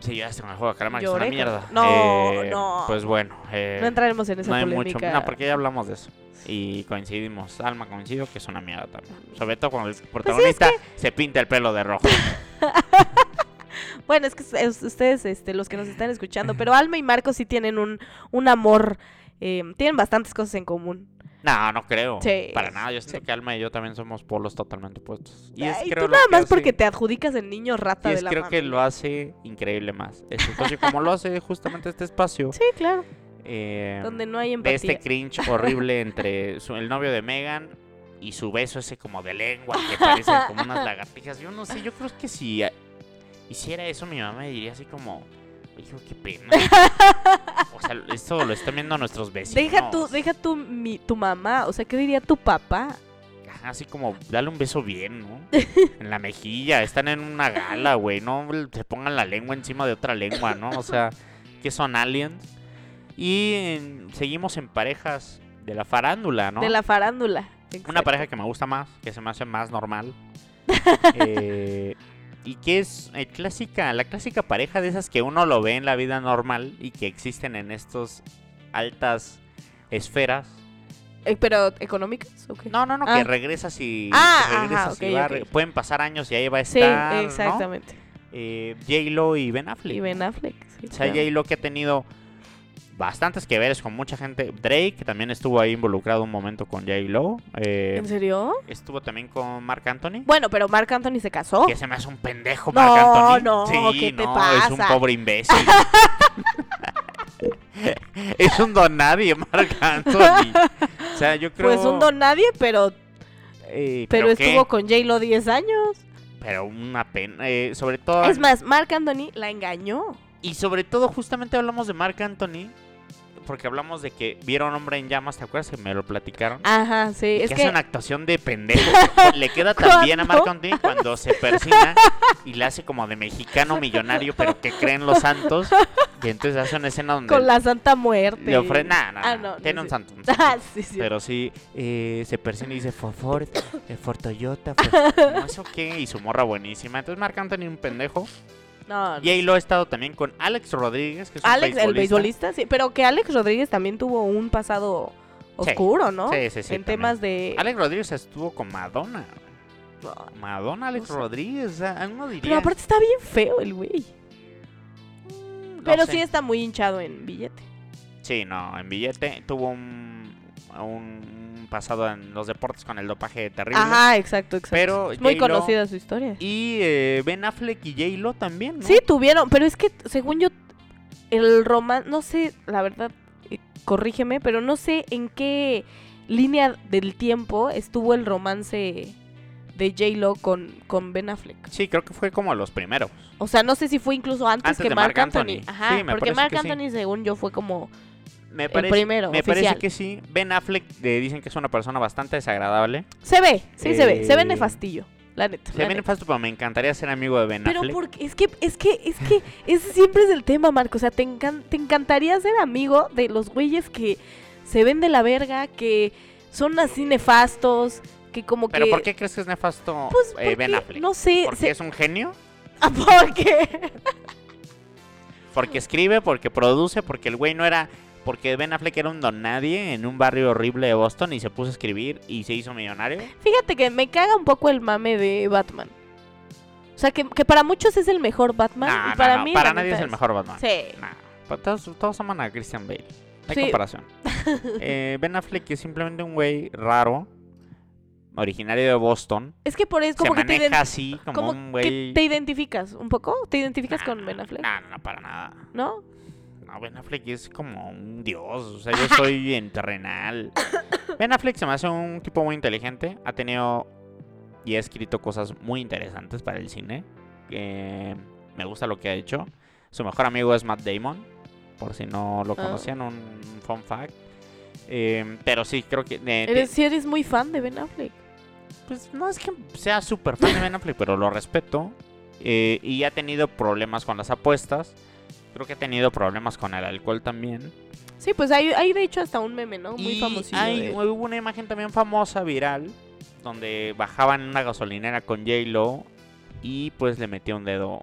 S2: Sí, ya se me juego de calamar, que es una
S5: Lloré con-
S2: mierda.
S5: No,
S2: Eh,
S5: no.
S2: Pues bueno. eh,
S5: no entraremos en esa
S2: no hay
S5: polémica.
S2: mucho. No, porque ya hablamos de eso. Y coincidimos. Alma coincido que es una mierda también. Sobre todo cuando el
S5: Pues
S2: protagonista se pinta el pelo de rojo.
S5: Bueno, es que es- ustedes, este, los que nos están escuchando, pero Alma y Marco sí tienen un, un amor. eh, tienen bastantes cosas en común.
S2: No, no creo.
S5: Sí,
S2: Para nada. Yo siento
S5: sí.
S2: que Alma y yo también somos polos totalmente opuestos. Y es
S5: Ay,
S2: creo
S5: tú
S2: lo
S5: nada
S2: que
S5: más
S2: hace-
S5: porque te adjudicas el niño rata
S2: Y
S5: de
S2: es
S5: la
S2: creo que
S5: familia.
S2: lo hace increíble más. Este espacio, como lo hace justamente este espacio.
S5: Sí, claro.
S2: eh,
S5: Donde no hay
S2: de
S5: empatía.
S2: este cringe horrible entre su- el novio de Megan y su beso ese como de lengua que parecen como unas lagartijas. Yo no sé, yo creo que si eh, hiciera eso mi mamá me diría así como, hijo, qué pena. O sea, esto lo están viendo nuestros vecinos.
S5: Deja tu, deja tu, mi, tu mamá, o sea, ¿qué diría tu papá?
S2: Ajá, Así como, dale un beso bien, ¿no? En la mejilla, están en una gala, güey, no se pongan la lengua encima de otra lengua, ¿no? O sea, que son aliens. Y en- seguimos en parejas de la farándula, ¿no?
S5: De la farándula.
S2: Una
S5: Exacto.
S2: pareja que me gusta más, que se me hace más normal. eh, y que es eh, clásica, la clásica pareja de esas que uno lo ve en la vida normal y que existen en estas altas esferas.
S5: Eh, ¿Pero económicas o qué?
S2: No, no, no,
S5: Ah.
S2: que regresas y,
S5: Ah,
S2: que regresas
S5: ajá,
S2: y
S5: ok,
S2: va a
S5: ok.
S2: re- pueden pasar años y ahí va a
S5: sí,
S2: estar. ¿no?
S5: exactamente.
S2: Eh, J-Lo y Ben Affleck.
S5: Y Ben Affleck. sí,
S2: O sea,
S5: claro.
S2: J-Lo que ha tenido bastantes que veres con mucha gente. Drake que también estuvo ahí involucrado un momento con J-Lo. Eh,
S5: ¿En serio?
S2: estuvo también con Mark Anthony.
S5: Bueno, pero Mark Anthony se casó.
S2: Que se me hace un pendejo,
S5: Oh. No,
S2: Marc Anthony.
S5: no,
S2: sí,
S5: ¿qué te
S2: no, Es un
S5: pasa?
S2: pobre imbécil. es un don nadie, Marc Anthony. O sea, yo creo.
S5: Pues un don nadie, pero,
S2: eh,
S5: pero
S2: qué?
S5: estuvo con J-Lo 10 años.
S2: Pero una pena. eh, sobre todo.
S5: Es más, Mark Anthony la engañó.
S2: Y sobre todo, justamente hablamos de Marc Anthony. Porque hablamos de que vieron Hombre en Llamas, ¿te acuerdas? Que me lo platicaron.
S5: Ajá, sí.
S2: que
S5: Eh, Es
S2: hace
S5: que
S2: una actuación de pendejo. le queda tan bien a Marc Anthony cuando se persina y le hace como de mexicano millonario, pero que creen los santos. Y entonces hace una escena donde
S5: con la Santa Muerte.
S2: le ofrece. Nah, nah,
S5: Ah,
S2: nah,
S5: no,
S2: tiene
S5: no
S2: un
S5: sé.
S2: santo. un santo.
S5: Ah, sí, sí.
S2: Pero sí, eh, se persina y dice Fofor, eh, Fortoyota, for- no, ¿eso qué? Y su morra buenísima. Entonces Marc Anthony un pendejo.
S5: No, Ah, no.
S2: Y ahí lo he estado también con Alex Rodríguez, que es un
S5: Alex, el
S2: beisbolista.
S5: beisbolista, sí. Pero que Alex Rodríguez también tuvo un pasado
S2: Sí,
S5: oscuro, ¿no?
S2: sí, sí, sí,
S5: En
S2: también.
S5: temas de.
S2: Alex Rodríguez estuvo con Madonna. Madonna, Alex
S5: No sé.
S2: Rodríguez, o sea, uno diría.
S5: Pero aparte está bien feo el güey.
S2: no
S5: Pero
S2: sé.
S5: sí está muy hinchado en billete.
S2: Sí, no, en billete tuvo un, un pasado en los deportes con el dopaje terrible.
S5: Ajá, exacto, exacto.
S2: Pero
S5: es muy
S2: J-Lo
S5: conocida su historia.
S2: Y eh, Ben Affleck y J-Lo también, ¿no?
S5: Sí, tuvieron, pero es que según yo, el romance, no sé, la verdad, eh, corrígeme, pero no sé en qué línea del tiempo estuvo el romance de J-Lo con, con Ben Affleck.
S2: Sí, creo que fue como los primeros.
S5: O sea, no sé si fue incluso antes,
S2: Antes
S5: que
S2: Ah, de
S5: Mark
S2: Marc
S5: Anthony.
S2: Anthony.
S5: Ajá,
S2: Sí, me
S5: porque
S2: parece
S5: Mark
S2: que sí.
S5: Anthony, según yo, fue como
S2: Me parece,
S5: primero,
S2: me
S5: oficial.
S2: parece que sí. Ben Affleck eh, dicen que es una persona bastante desagradable.
S5: Se ve, sí se ve, se ve
S2: Eh,
S5: nefastillo, la neta.
S2: Se
S5: la
S2: ve
S5: neta.
S2: nefasto, pero me encantaría ser amigo de Ben
S5: Pero
S2: Affleck.
S5: porque es que es que es que ese siempre es el tema, Marco, o sea, te, encan- te encantaría ser amigo de los güeyes que se ven de la verga, que son así nefastos, que como
S2: ¿Pero
S5: que
S2: por qué crees que es nefasto
S5: pues
S2: eh, Ben
S5: porque,
S2: Affleck?
S5: no sé,
S2: ¿Porque
S5: se-
S2: es un genio?
S5: ah, ¿por qué?
S2: Porque escribe, porque produce, porque el güey no era. Porque Ben Affleck era un don nadie en un barrio horrible de Boston y se puso a escribir y se hizo millonario.
S5: Fíjate que me caga un poco el mame de Batman. O sea, que, que para muchos es el mejor Batman
S2: No,
S5: y
S2: no,
S5: para
S2: no,
S5: mí
S2: para
S5: la
S2: nadie
S5: neta
S2: es el mejor Batman.
S5: Sí.
S2: No, pa- todos, todos aman a Christian Bale. No hay
S5: Sí.
S2: comparación. Eh, ben Affleck es simplemente un güey raro, originario de Boston.
S5: Es que por eso
S2: se
S5: como que te
S2: maneja
S5: ident-
S2: así, como,
S5: como
S2: un
S5: que
S2: güey.
S5: te identificas un poco, te identificas
S2: Nah,
S5: con Ben Affleck,
S2: No, no, para nada.
S5: ¿no?
S2: No, Ben Affleck es como un dios. O sea, yo soy en terrenal. Ben Affleck se me hace un tipo muy inteligente. Ha tenido y ha escrito cosas muy interesantes para el cine. Eh, me gusta lo que ha hecho. Su mejor amigo es Matt Damon. Por si no lo
S5: Ah.
S2: conocían, un fun fact. Eh, pero sí, creo que. eh, te-
S5: Eres, sí eres muy fan de Ben Affleck.
S2: pues no es que sea súper fan de Ben Affleck, pero lo respeto. Eh, y ha tenido problemas con las apuestas. Creo que ha tenido problemas con el alcohol también.
S5: Sí, pues hay, hay de hecho hasta un meme, ¿no? Muy
S2: Y
S5: famoso.
S2: hay- hubo una imagen también famosa, viral, donde bajaban en una gasolinera con J-Lo y pues le metió un dedo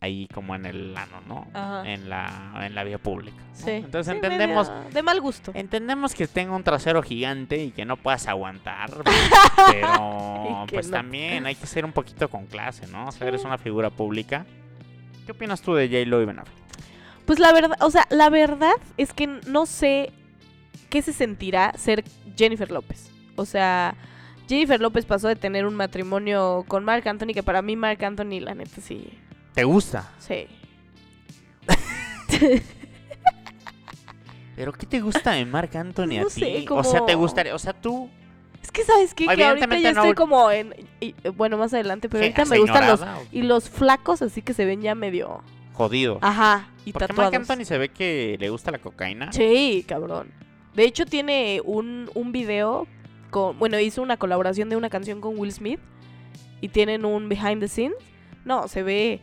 S2: ahí como en el ano, ¿no?
S5: Ajá.
S2: En la, en la vía pública. ¿no?
S5: Sí.
S2: Entonces
S5: Sí,
S2: entendemos,
S5: medio De mal gusto.
S2: entendemos que tenga un trasero gigante y que no puedas aguantar, pero
S5: Y que
S2: pues
S5: no.
S2: también hay que ser un poquito con clase, ¿no? O sea, eres una figura pública. ¿Qué opinas tú de J-Lo y Ben Affleck?
S5: Pues la verdad, o sea, la verdad es que no sé qué se sentirá ser Jennifer López. O sea, Jennifer López pasó de tener un matrimonio con Mark Anthony, que para mí Mark Anthony, la neta, sí.
S2: ¿Te gusta?
S5: Sí.
S2: ¿Pero qué te gusta de Marc Anthony a
S5: No
S2: ti?
S5: sé,
S2: O sea, te
S5: como-
S2: gustaría, o sea, tú
S5: Es que sabes qué? que ahorita
S2: Evidentemente
S5: yo
S2: no-
S5: estoy como en y- bueno, más adelante, pero
S2: ¿Qué?
S5: ahorita
S2: ¿Asa
S5: me gustan los
S2: ignorada o qué?
S5: y los flacos así que se ven ya medio
S2: Jodido.
S5: ajá, y
S2: Porque Mark
S5: Ah, tatuados.
S2: Anthony se ve que le gusta la cocaína.
S5: Sí, cabrón. De hecho tiene un un video con bueno, hizo una colaboración de una canción con Will Smith y tienen un behind the scenes. No, se ve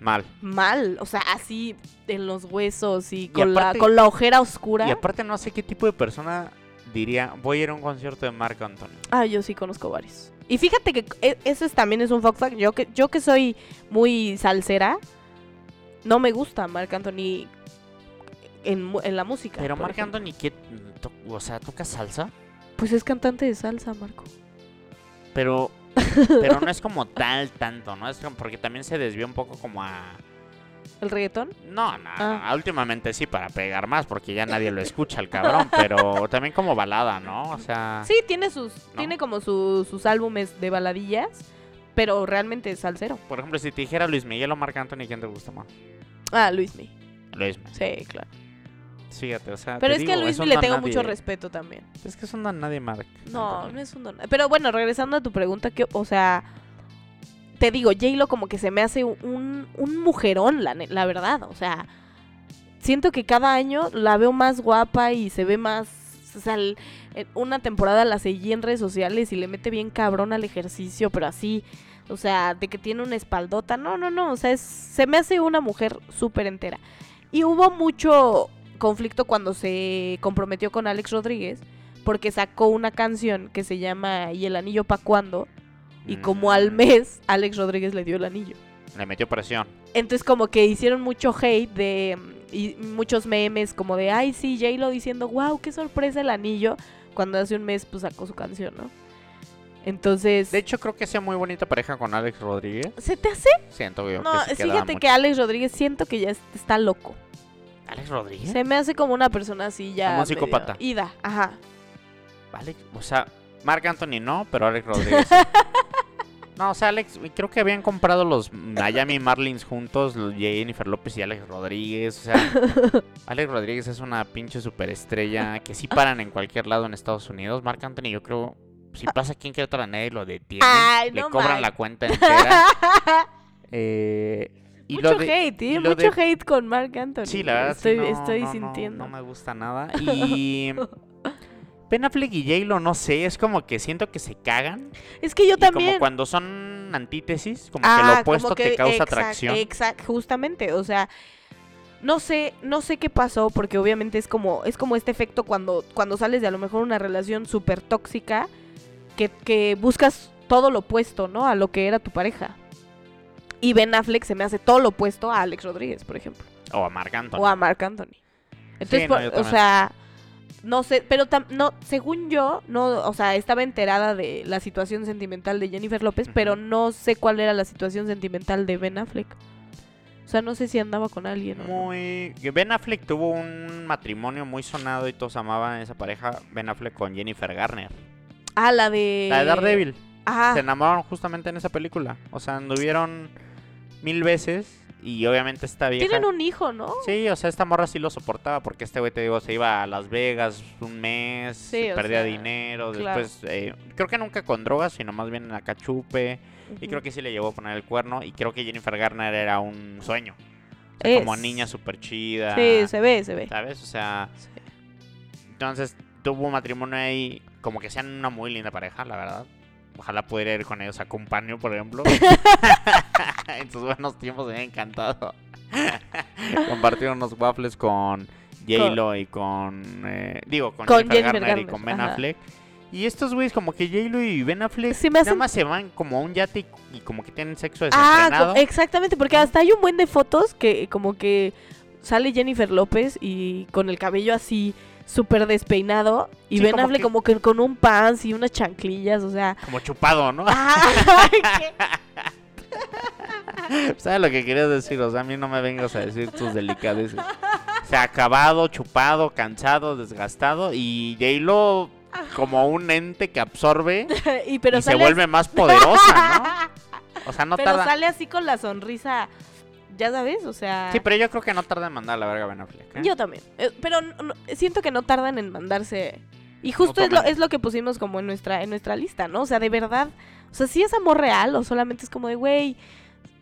S2: Mal.
S5: mal, o sea, así en los huesos y
S2: Y
S5: con,
S2: aparte-
S5: la, con la ojera oscura.
S2: Y aparte no sé qué tipo de persona diría, voy a ir a un concierto de Mark Anthony.
S5: Ah, yo sí conozco varios. Y fíjate que e- ese es- también es un fox fact. Yo que, yo que soy muy salsera, no me gusta Marc Anthony en, mu- en la música.
S2: Pero
S5: por
S2: Mark
S5: ejemplo.
S2: Anthony, ¿qué? to- O sea, toca salsa,
S5: Pues es cantante de salsa, Marco.
S2: pero, pero no es como tal tanto, ¿no? Es como- porque también se desvió un poco como a...
S5: ¿El reggaetón?
S2: No, no,
S5: Ah.
S2: no, últimamente sí, para pegar más, porque ya nadie lo escucha el cabrón, pero también como balada, ¿no? O sea...
S5: Sí, tiene sus tiene como su- sus álbumes de baladillas, pero realmente es salsero.
S2: Por ejemplo, si te dijera Luis Miguel o Marc Anthony, ¿quién te gusta más?
S5: Ah, Luismi.
S2: Luis Miguel.
S5: Sí, claro.
S2: Fíjate, o sea.
S5: Pero
S2: Ah, te
S5: es que a
S2: digo,
S5: Luismi
S2: un
S5: le
S2: don
S5: tengo
S2: nadie.
S5: mucho respeto también.
S2: Es que es un don nadie, Marc.
S5: No,
S2: Anthony.
S5: no es un don. Pero bueno, regresando a tu pregunta, que, o sea, te digo, J-Lo como que se me hace un, un mujerón, la, ne- la verdad. O sea, siento que cada año la veo más guapa y se ve más. O sea, el- en una temporada la seguí en redes sociales y le mete bien cabrón al ejercicio, pero así. O sea, de que tiene una espaldota. No, no, no. O sea, es- se me hace una mujer súper entera. Y hubo mucho conflicto cuando se comprometió con Alex Rodríguez porque sacó una canción que se llama ¿Y el anillo pa' cuándo? Y como al
S2: Mm,
S5: mes, Alex Rodríguez le dio el anillo.
S2: Le metió presión.
S5: Entonces como que hicieron mucho hate de mm, y muchos memes como de ay sí, J-Lo diciendo wow, qué sorpresa el anillo cuando hace un mes pues sacó su canción, ¿no? Entonces,
S2: De hecho, creo que sea muy bonita pareja con Alex Rodríguez.
S5: ¿se te hace?
S2: Siento yo
S5: No,
S2: que se quedaba
S5: fíjate
S2: mucho.
S5: que Alex Rodríguez siento que ya es- está loco.
S2: Alex Rodríguez.
S5: Se me hace como una persona así ya
S2: Como un
S5: medio
S2: psicópata.
S5: Ida, ajá.
S2: Alex- o sea, Marc Anthony no, pero Alex Rodríguez. sí. No, o sea, Alex, creo que habían comprado los Miami Marlins juntos, los Jennifer López y Alex Rodríguez. O sea, Alex Rodríguez es una pinche superestrella que sí paran en cualquier lado en Estados Unidos. Marc Anthony, yo creo, si pasa aquí en Querétaro, a nadie lo detiene.
S5: Ay,
S2: le
S5: no
S2: cobran
S5: mal.
S2: la cuenta entera. Eh, y
S5: mucho
S2: lo de-
S5: hate,
S2: y
S5: ¿eh?
S2: lo
S5: Mucho
S2: de-
S5: hate con Marc Anthony.
S2: Sí, la verdad. sí,
S5: Estoy,
S2: no,
S5: estoy
S2: no, no,
S5: sintiendo.
S2: No, me gusta nada. Y. Ben Affleck y J-Lo, no sé, es como que siento que se cagan.
S5: Es que yo
S2: y
S5: también.
S2: como cuando son antítesis, como que
S5: Ah,
S2: lo opuesto
S5: como que-
S2: te causa
S5: exact-
S2: atracción.
S5: exact- justamente, o sea, no sé, no sé qué pasó porque obviamente es como es como este efecto cuando cuando sales de a lo mejor una relación súper tóxica que, que buscas todo lo opuesto, ¿no? A lo que era tu pareja. Y Ben Affleck se me hace todo lo opuesto a Alex Rodríguez, por ejemplo,
S2: O a Marc Anthony.
S5: o a Marc Anthony. Entonces,
S2: no,
S5: por-
S2: yo
S5: o
S2: también.
S5: sea, no sé, pero tam- no, según yo, no, o sea, estaba enterada de la situación sentimental de Jennifer López,
S2: Ujú.
S5: pero no sé cuál era la situación sentimental de Ben Affleck. O sea, no sé si andaba con alguien. o no.
S2: Muy... que Ben Affleck tuvo un matrimonio muy sonado y todos amaban esa pareja. Ben Affleck con Jennifer Garner.
S5: Ah, la de.
S2: La de Daredevil. Se
S5: Ajá.
S2: enamoraron justamente en esa película. O sea, anduvieron mil veces y obviamente esta vieja...
S5: Tienen un hijo, ¿no?
S2: Sí, o sea, esta morra sí lo soportaba porque este güey, te digo, se iba a Las Vegas un mes,
S5: Sí, o
S2: perdía
S5: sea,
S2: dinero,
S5: claro.
S2: después, eh, creo que nunca con drogas, sino más bien en la cachupe, y
S5: Mm.
S2: creo que sí le llevó a poner el cuerno, y creo que Jennifer Garner era un sueño, o sea, como
S5: Es.
S2: niña súper chida,
S5: Sí, se ve, se ve.
S2: ¿sabes? O sea,
S5: Sí.
S2: entonces tuvo un matrimonio ahí, como que sean una muy linda pareja, la verdad. Ojalá pudiera ir con ellos a Compaño, por ejemplo. en sus buenos tiempos me ha encantado. Compartir unos waffles con J-Lo y con. eh, digo, con,
S5: Con
S2: Jennifer
S5: Jennifer
S2: Garner, y
S5: Garner,
S2: con Ben
S5: ajá.
S2: Affleck. Y estos güeyes, como que J-Lo y Ben Affleck,
S5: Se me
S2: nada
S5: hacen-
S2: más se van como a un yate y, y como que tienen sexo
S5: Ah,
S2: desenfrenado.
S5: co- exactamente, porque
S2: pues, ¿no?
S5: hasta hay un buen de fotos que eh, como que sale Jennifer López y con el cabello así súper despeinado y
S2: Sí,
S5: Ben
S2: como
S5: Affleck
S2: que-
S5: como que con un pants y unas chanclillas, o sea...
S2: Como chupado, ¿no?
S5: ¡Ah! ¿qué?
S2: ¿Sabes lo que querías decir? O sea, a mí no me vengas a decir tus delicadeces. O sea, acabado, chupado, cansado, desgastado y J-Lo como un ente que absorbe
S5: y pero
S2: y se
S5: sale
S2: vuelve más poderosa, ¿no? O sea, no
S5: pero
S2: tarda.
S5: sale así con la sonrisa, ya sabes, o sea...
S2: Sí, pero yo creo que no tarda en mandar a la verga a Ben Affleck. ¿eh?
S5: Yo también, Eh, pero no- no- siento que no tardan en mandarse Y justo
S2: No
S5: es, lo,
S2: tomen.
S5: es lo que pusimos como en nuestra, en nuestra lista, ¿no? O sea, de verdad, o sea, si es amor real o solamente es como de, güey,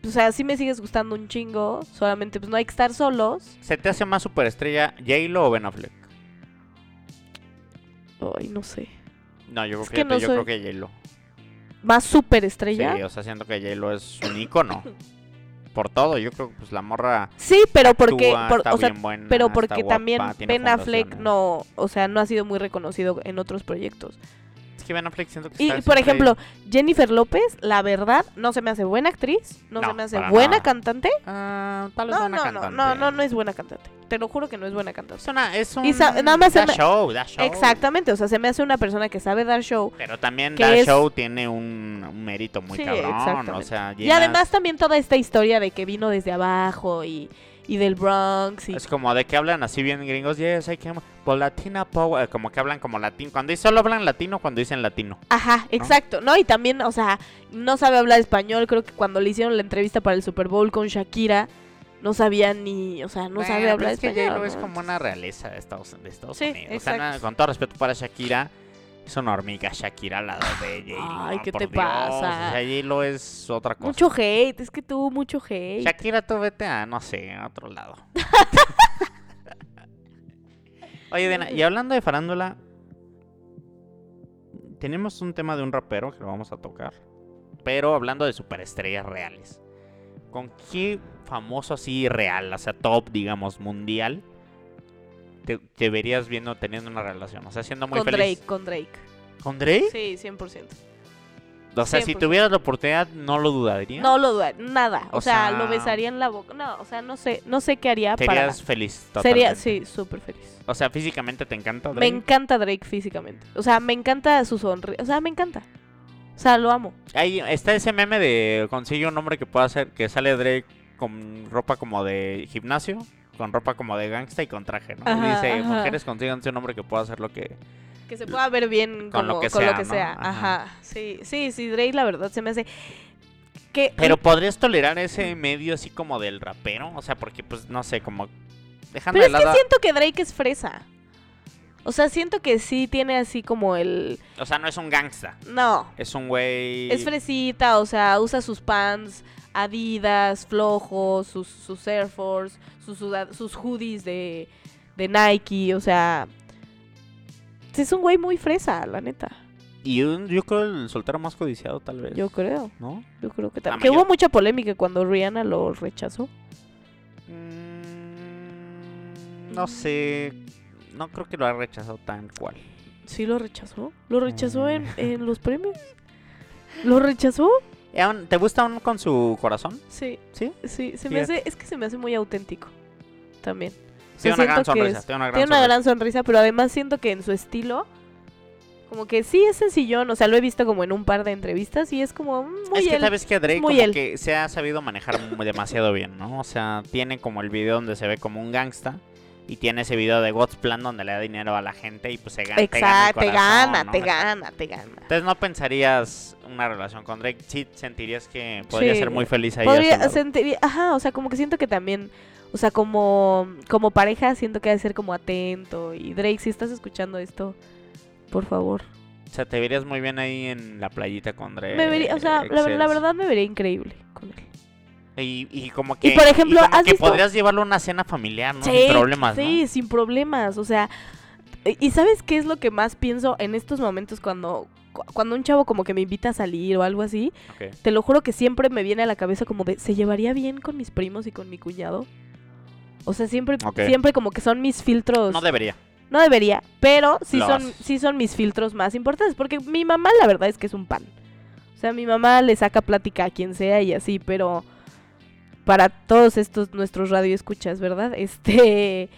S5: o sea, sí me sigues gustando un chingo, solamente pues no hay que estar solos.
S2: ¿Se te hace más superestrella J-Lo o Ben Affleck?
S5: Ay, no sé.
S2: No, yo creo
S5: Es
S2: que,
S5: que
S2: yo
S5: no
S2: creo
S5: soy-
S2: que J-Lo.
S5: Más superestrella.
S2: Sí, o sea, siento que J-Lo es un ícono. Por todo, yo creo que pues la morra
S5: Sí, pero porque,
S2: actúa,
S5: por-
S2: está
S5: o sea,
S2: bien buena,
S5: pero
S2: está
S5: porque
S2: guapa,
S5: también
S2: tiene
S5: Ben Affleck
S2: fundaciones.
S5: no, o sea, no ha sido muy reconocido en otros proyectos.
S2: Es que Ben Affleck siento que
S5: Y
S2: está
S5: por
S2: siempre-
S5: ejemplo, Jennifer López, la verdad, no se me hace buena actriz, no,
S2: No,
S5: se me hace
S2: para
S5: buena
S2: nada.
S5: cantante.
S2: Ah, tal vez
S5: No,
S2: buena
S5: no, no,
S2: cantante.
S5: no, no, no es buena cantante. Te lo juro que no es buena cantante.
S2: Es una, es un...
S5: Y sa- nada más se
S2: da
S5: me-
S2: show, da show.
S5: Exactamente, o sea, se me hace una persona que sabe dar show.
S2: Pero también
S5: que
S2: da
S5: es-
S2: show tiene un, un mérito muy
S5: Sí,
S2: cabrón, o
S5: exactamente.
S2: sea,
S5: Y
S2: llenas-
S5: además también toda esta historia de que vino desde abajo y, y del Bronx. Y...
S2: Es como de que hablan así bien gringos, yes, I came por Latina power, eh, como que hablan como latín, cuando dicen- solo hablan latino cuando dicen latino.
S5: Ajá, exacto, ¿no? Y también, o sea, no sabe hablar español. Creo que cuando le hicieron la entrevista para el Super Bowl con Shakira, no sabía ni, o sea, no
S2: Bueno,
S5: sabe
S2: pero
S5: hablar
S2: es que
S5: español.
S2: J-Lo es
S5: ¿no?
S2: como una realeza de Estados, de Estados
S5: Sí,
S2: Unidos. O sea,
S5: exacto.
S2: nada- con todo respeto para Shakira, es una hormiga Shakira al lado de j
S5: Ay, ¿qué te pasa?
S2: O sea, J-Lo es otra cosa.
S5: Mucho hate, es que tuvo mucho hate.
S2: Shakira, tú vete a, no sé, a otro lado. Oye, Dena, y hablando de farándula, tenemos un tema de un rapero que lo vamos a tocar. Pero hablando de superestrellas reales. ¿Con qué famoso así real, o sea, top, digamos, mundial, te, te verías viendo, teniendo una relación? O sea, siendo muy
S5: con
S2: feliz.
S5: Drake, con Drake.
S2: ¿Con Drake?
S5: Sí, 100%.
S2: o sea, si
S5: 100%.
S2: tuvieras la oportunidad, no lo dudarías.
S5: No lo duda, nada. O,
S2: O
S5: sea,
S2: sea,
S5: lo besaría en la boca. No, o sea, no sé, no sé qué haría para.
S2: Serías feliz
S5: Sería,
S2: totalmente.
S5: sí, súper feliz.
S2: O sea, físicamente te encanta
S5: Me
S2: Drake.
S5: encanta Drake físicamente. O sea, me encanta su sonrisa. O sea, me encanta. O sea, lo amo.
S2: Ahí está ese meme de consigue un hombre que pueda hacer que sale Drake con ropa como de gimnasio, con ropa como de gangsta y con traje, ¿no? Y
S5: Ajá,
S2: dice,
S5: ajá.
S2: mujeres consíganse un hombre que pueda hacer lo que
S5: Que se pueda ver bien
S2: Con
S5: como-
S2: lo que
S5: con
S2: sea,
S5: lo que
S2: ¿no?
S5: sea.
S2: Ajá.
S5: Ajá. Sí, sí, sí, Drake la verdad se me hace que
S2: Pero podrías tolerar ese medio así como del rapero, o sea, porque pues no sé, como dejando
S5: Pero
S2: de
S5: es que
S2: lado,
S5: siento que Drake es fresa. O sea, siento que sí tiene así como el
S2: o sea, no es un gangsta,
S5: no,
S2: es un güey
S5: es fresita, o sea, usa sus pants Adidas, flojos, sus, sus Air Force, sus, suda- sus hoodies de, de Nike, o sea, es un güey muy fresa, la neta.
S2: y un- yo creo el soltero más codiciado tal vez.
S5: Yo creo,
S2: ¿No?
S5: yo creo que
S2: La
S5: también. Que hubo
S2: mayor-
S5: mucha polémica cuando Rihanna lo rechazó.
S2: Mm, no sé, no creo que lo haya rechazado tan cual.
S5: Sí, lo rechazó. Lo rechazó en, en los premios. ¿Lo rechazó?
S2: Eh, aún- ¿Te gusta aún con su corazón?
S5: Sí,
S2: ¿Sí?
S5: sí. Se me hace, es que se me hace muy auténtico también. O sea,
S2: Tiene una gran
S5: siento que
S2: sonrisa.
S5: es-
S2: Tiene una gran
S5: tiene una
S2: sonrisa.
S5: gran sonrisa, pero además siento que en su estilo, como que sí es sencillón. O sea, lo he visto como en un par de entrevistas y es como mm, muy
S2: es que
S5: él.
S2: sabes que Drake
S5: muy
S2: como
S5: él.
S2: que se ha sabido manejar mu- demasiado bien, ¿no? O sea, tiene como el video donde se ve como un gangsta y tiene ese video de God's Plan donde le da dinero a la gente y pues se gana. te gana el
S5: Exacto, te
S2: corazón,
S5: gana,
S2: ¿no?
S5: te
S2: Exacto.
S5: gana, te gana.
S2: Entonces no pensarías una relación con Drake, sí sentirías que podría
S5: Sí.
S2: ser muy feliz ahí. a su
S5: Podría
S2: lado.
S5: sentir, ajá, o sea, como que siento que también, o sea, como, como pareja siento que ha de ser como atento. Y Drake, si estás escuchando esto, por favor.
S2: O sea, te verías muy bien ahí en la playita con Drake.
S5: Me vería, o sea, la, la verdad me vería increíble con él.
S2: Y, y como que...
S5: por ejemplo,
S2: como
S5: ¿has
S2: que
S5: visto?
S2: podrías llevarlo a una cena familiar, ¿no? Sin problemas, ¿no?
S5: sí, sin problemas, o sea, y- ¿y sabes qué es lo que más pienso en estos momentos cuando cu- cuando un chavo como que me invita a salir o algo así?
S2: Ok.
S5: Te lo juro que siempre me viene a la cabeza como de se llevaría bien con mis primos y con mi cuñado. O sea, siempre
S2: Ok.
S5: siempre como que son mis filtros.
S2: No debería.
S5: No debería, pero sí
S2: Lo
S5: son,
S2: haces.
S5: sí son mis filtros más importantes, porque mi mamá la verdad es que es un pan. O sea, mi mamá le saca plática a quien sea y así, pero para todos estos nuestros radioescuchas, ¿verdad? Este eh,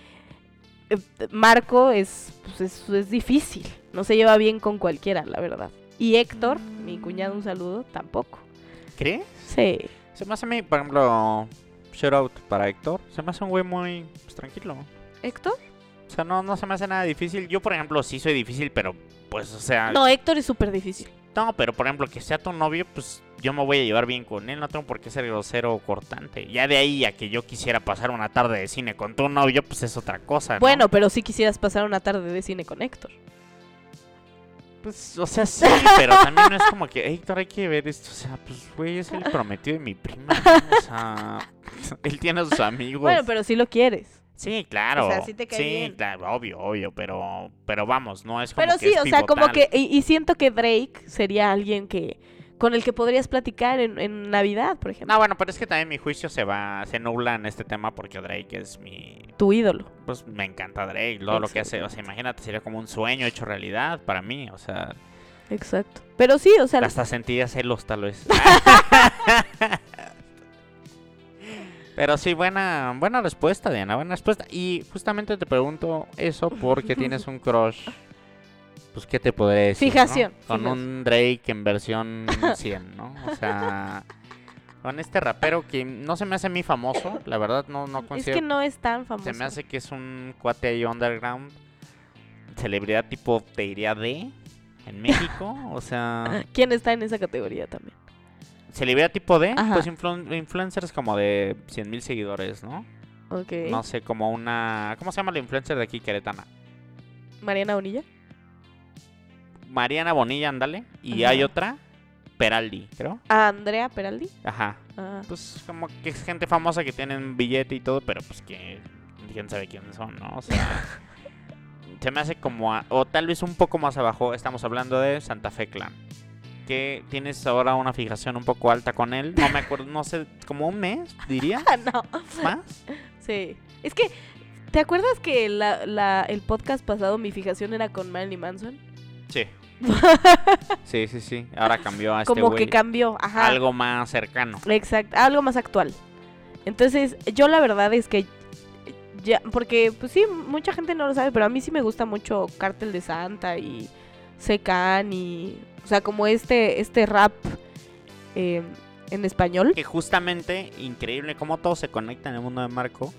S5: Marco es, pues, es, es difícil, no se lleva bien con cualquiera, la verdad. Y Héctor, mi cuñado, un saludo, tampoco.
S2: ¿Crees?
S5: Sí.
S2: Se me hace a mí, por ejemplo, shout out para Héctor. Se me hace un güey muy pues, tranquilo.
S5: ¿Héctor?
S2: O sea, no, no se me hace nada difícil. Yo, por ejemplo, sí soy difícil, pero pues, o sea.
S5: No, Héctor es súper difícil.
S2: no, pero por ejemplo, que sea tu novio, pues yo me voy a llevar bien con él. No tengo por qué ser grosero o cortante. Ya de ahí a que yo quisiera pasar una tarde de cine con tu novio, pues es otra cosa. ¿no?
S5: Bueno, pero sí quisieras pasar una tarde de cine con Héctor.
S2: Pues, o sea, sí, pero también no es como que, Héctor, hay que ver esto. O sea, pues, güey, es el prometido de mi prima. ¿no? O sea, él tiene a sus amigos.
S5: Bueno, pero sí lo quieres.
S2: Sí, claro.
S6: O sea, sí te cae bien.
S2: claro, obvio, obvio, pero, pero vamos, no es como
S5: Pero
S2: que
S5: sí,
S2: es
S5: o sea, como
S2: pivotal.
S5: que. Y, y siento que Drake sería alguien que. con el que podrías platicar en, en Navidad, por ejemplo.
S2: No, bueno, pero es que también mi juicio se va, se nubla en este tema porque Drake es mi,
S5: Tu ídolo.
S2: pues me encanta Drake, todo lo que hace, o sea, imagínate, sería como un sueño hecho realidad para mí, o sea,
S5: Exacto. Pero sí, o sea.
S2: hasta sentía celos tal vez. Pero sí, buena, buena respuesta, Diana, buena respuesta. Y justamente te pregunto eso porque tienes un crush. Pues, ¿qué te podré decir? no?
S5: Fijación,
S2: Con
S5: fijación.
S2: un Drake en versión 100, ¿no? O sea, con este rapero que no se me hace a mí famoso, la verdad no, no
S5: es
S2: considero
S5: que no es tan famoso.
S2: se me hace que es un cuate ahí underground. Celebridad tipo, te diría D. En México. o sea.
S5: Ah, ¿Quién está en esa categoría también?
S2: Celebridad tipo D.
S5: Ajá.
S2: Pues influen- influencers como de 100 mil seguidores, ¿no?
S5: Ok.
S2: No sé, como una. ¿Cómo se llama la influencer de aquí, Queretana?
S5: Mariana Bonilla.
S2: Mariana Bonilla, ándale. Y
S5: Ajá.
S2: hay otra. Peraldi, creo.
S5: A Andrea Peraldi.
S2: Ajá.
S5: Ah,
S2: Pues como que es gente famosa que tienen billete y todo, pero pues que quién sabe quiénes son, ¿no? O sea, se me hace como, a- o tal vez un poco más abajo, estamos hablando de Santa Fe Clan. Que tienes ahora una fijación un poco alta con él. No me acuerdo, no sé, como un mes, diría.
S5: Ah, no.
S2: Más.
S5: Sí. Es que, ¿te acuerdas que la, la- el podcast pasado mi fijación era con Marilyn Manson?
S2: Sí. Sí, sí, sí. Ahora cambió a este
S5: Como
S2: güey.
S5: que cambió. Ajá.
S2: Algo más cercano.
S5: Exacto, algo más actual. Entonces, yo la verdad es que ya porque pues sí, mucha gente no lo sabe, pero a mí sí me gusta mucho Cártel de Santa y Secan y o sea, como este este rap eh, en español.
S2: que justamente, increíble cómo todo se conecta en el mundo de Marco.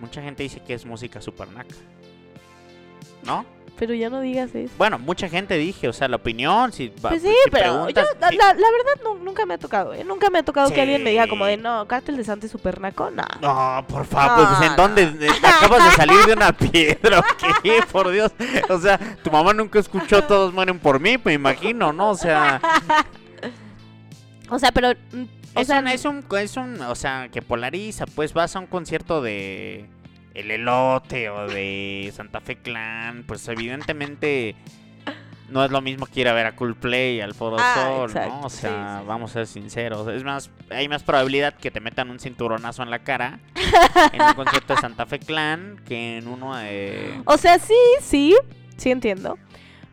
S2: Mucha gente dice que es música super naca. ¿No?
S5: Pero ya no digas eso.
S2: Bueno, mucha gente dije, o sea, la opinión, si, va-
S5: Pues
S2: Ah, si
S5: sí, pero yo,
S2: preguntas,
S5: la,
S2: sí.
S5: la- la verdad nu- nunca me ha tocado, ¿eh? Nunca me ha tocado
S2: Sí.
S5: que alguien me diga como de, no, Cártel de Santa es super naco, no.
S2: No, por favor, pues
S5: No,
S2: en dónde ¿De- acabas de salir de una piedra, ¿o ¿qué? Por Dios. O sea, tu mamá nunca escuchó todos mueren por mí, me imagino, ¿no? O sea,
S5: O sea, pero mm, o
S2: es,
S5: sea,
S2: un, es un es un, o sea, que polariza, pues vas a un concierto de El Elote o de Santa Fe Clan, pues evidentemente no es lo mismo que ir a ver a Coolplay al Foro
S5: Ah,
S2: Sol,
S5: exacto,
S2: ¿no? O
S5: sí,
S2: sea,
S5: sí, sí.
S2: vamos a ser sinceros, es más hay más probabilidad que te metan un cinturonazo en la cara en un concierto de Santa Fe Clan que en uno de
S5: O sea, sí, sí, sí entiendo.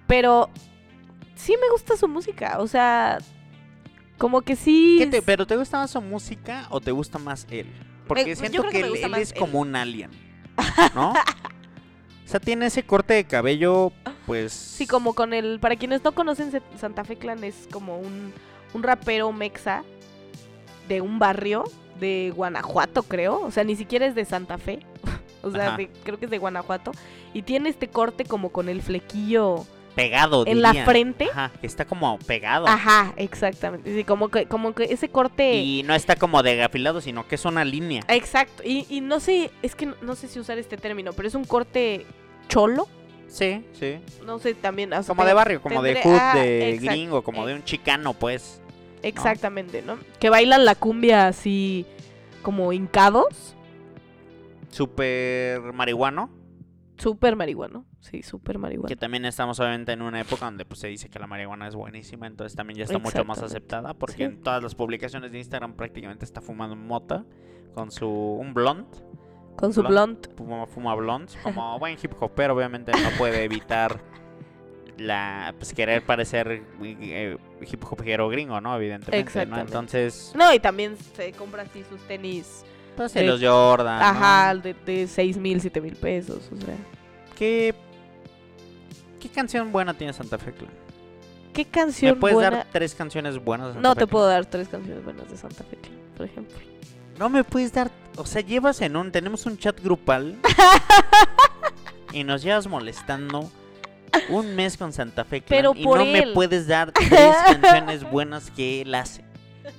S5: Pero sí me gusta su música. O sea, como que sí.
S2: ¿Qué te- pero te gusta más su música o te gusta más él? Porque
S5: Pues,
S6: Me- yo
S2: siento
S6: creo
S2: que,
S6: que me
S2: él,
S6: gusta
S2: él
S6: más
S2: es
S6: él.
S2: como un alien, ¿no? o sea, tiene ese corte de cabello, pues...
S5: Sí, como con el. Para quienes no conocen, Se- Santa Fe Clan es como un, un rapero mexa de un barrio de Guanajuato, creo. O sea, ni siquiera es de Santa Fe. O sea,
S2: Ajá.
S5: de- creo que es de Guanajuato. Y tiene este corte como con el flequillo
S2: Pegado,
S5: en la
S2: dirían.
S5: frente.
S2: Ajá, que está como pegado.
S5: Ajá, exactamente. Sí, como que, como que ese corte.
S2: Y no está como de afilado, sino que es una línea.
S5: Exacto, y, y no sé, es que no, no sé si usar este término, pero es un corte cholo,
S2: Sí, sí.
S5: no sé también. o sea,
S2: Como de
S5: tengo-
S2: barrio, como de
S5: tendré-
S2: hood,
S5: ah,
S2: de
S5: exact-
S2: gringo, como de un chicano, pues.
S5: Exactamente, ¿no? Que bailan la cumbia así como hincados,
S2: Súper marihuano.
S5: súper marihuano, sí, súper marihuano.
S2: Que también estamos obviamente en una época donde pues, se dice que la marihuana es buenísima, entonces también ya está mucho más
S5: Exactamente.
S2: aceptada, porque
S5: Sí.
S2: en todas las publicaciones de Instagram prácticamente está fumando mota con su un blunt,
S5: Con su
S2: Blunt.
S5: blunt,
S2: fuma, fuma blunts, como buen hip hopper obviamente no puede evitar la pues querer parecer eh, hip hopero gringo, ¿no? Evidentemente, ¿no?
S5: Exactamente.
S2: Entonces,
S5: no, y también se compra así sus tenis,
S2: pues
S5: De-
S2: de los Jordan, ¿no?
S5: ajá, de, de 6 mil, 7 mil pesos, o sea.
S2: ¿Qué qué canción buena tiene Santa Fe Clan?
S5: ¿Qué
S2: ¿Me
S5: canción
S2: puedes
S5: buena?
S2: dar tres canciones buenas de Santa
S5: No
S2: Fe
S5: te
S2: Clan?
S5: puedo dar tres canciones buenas de Santa Fe, Clan, por ejemplo.
S2: No me puedes dar. O sea, llevas en un. Tenemos un chat grupal. y nos llevas molestando un mes con Santa Fe. Clan,
S5: Pero
S2: y
S5: por
S2: no
S5: él.
S2: me puedes dar tres canciones buenas que él hace.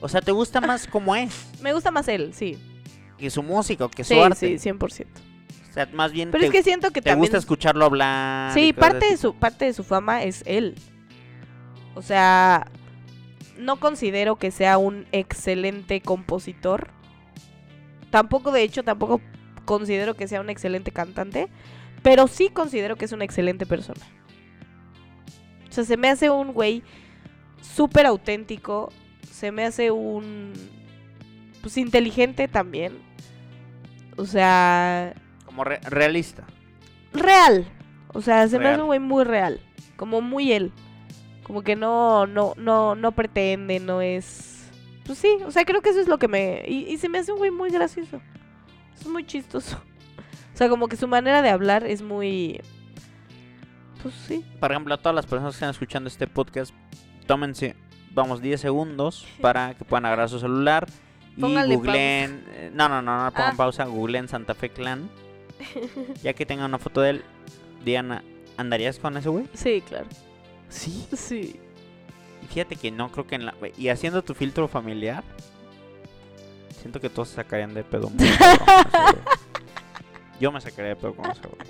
S2: O sea, ¿te gusta más como es?
S5: Me gusta más él, sí.
S2: Que su música, o que su
S5: Sí,
S2: arte.
S5: sí, 100%.
S2: O sea, más bien
S5: Pero
S2: te,
S5: es que siento que
S2: te
S5: también.
S2: gusta escucharlo hablar. y
S5: sí,
S2: cosas
S5: parte
S2: así.
S5: de su parte de su fama es él. O sea, no considero que sea un excelente compositor. Tampoco, de hecho, tampoco considero que sea un excelente cantante. Pero sí considero que es una excelente persona. O sea, se me hace un güey súper auténtico. Se me hace un... Pues inteligente también. O sea,
S2: Como re- realista.
S5: real. O sea, se me hace
S2: Real.
S5: un güey muy real. Como muy él. Como que no, no, no, no pretende, no es. Pues sí, o sea, creo que eso es lo que me. Y, y se me hace un güey muy gracioso. Es muy chistoso. O sea, como que su manera de hablar es muy. Pues sí.
S2: Por ejemplo, a todas las personas que están escuchando este podcast, tómense, vamos, 10 segundos para que puedan agarrar su celular y
S5: Pónganle
S2: googleen. eh, No, no, no, no pongan
S5: Ah.
S2: pausa, googleen Santa Fe Clan. Ya que tengan una foto de él, Diana, ¿andarías con ese güey?
S5: Sí, claro.
S2: Sí.
S5: Sí.
S2: Fíjate que no creo que en la. Y haciendo tu filtro familiar, siento que todos se sacarían de pedo. muy cabrón con ese güey. Yo me sacaría de pedo con ese güey.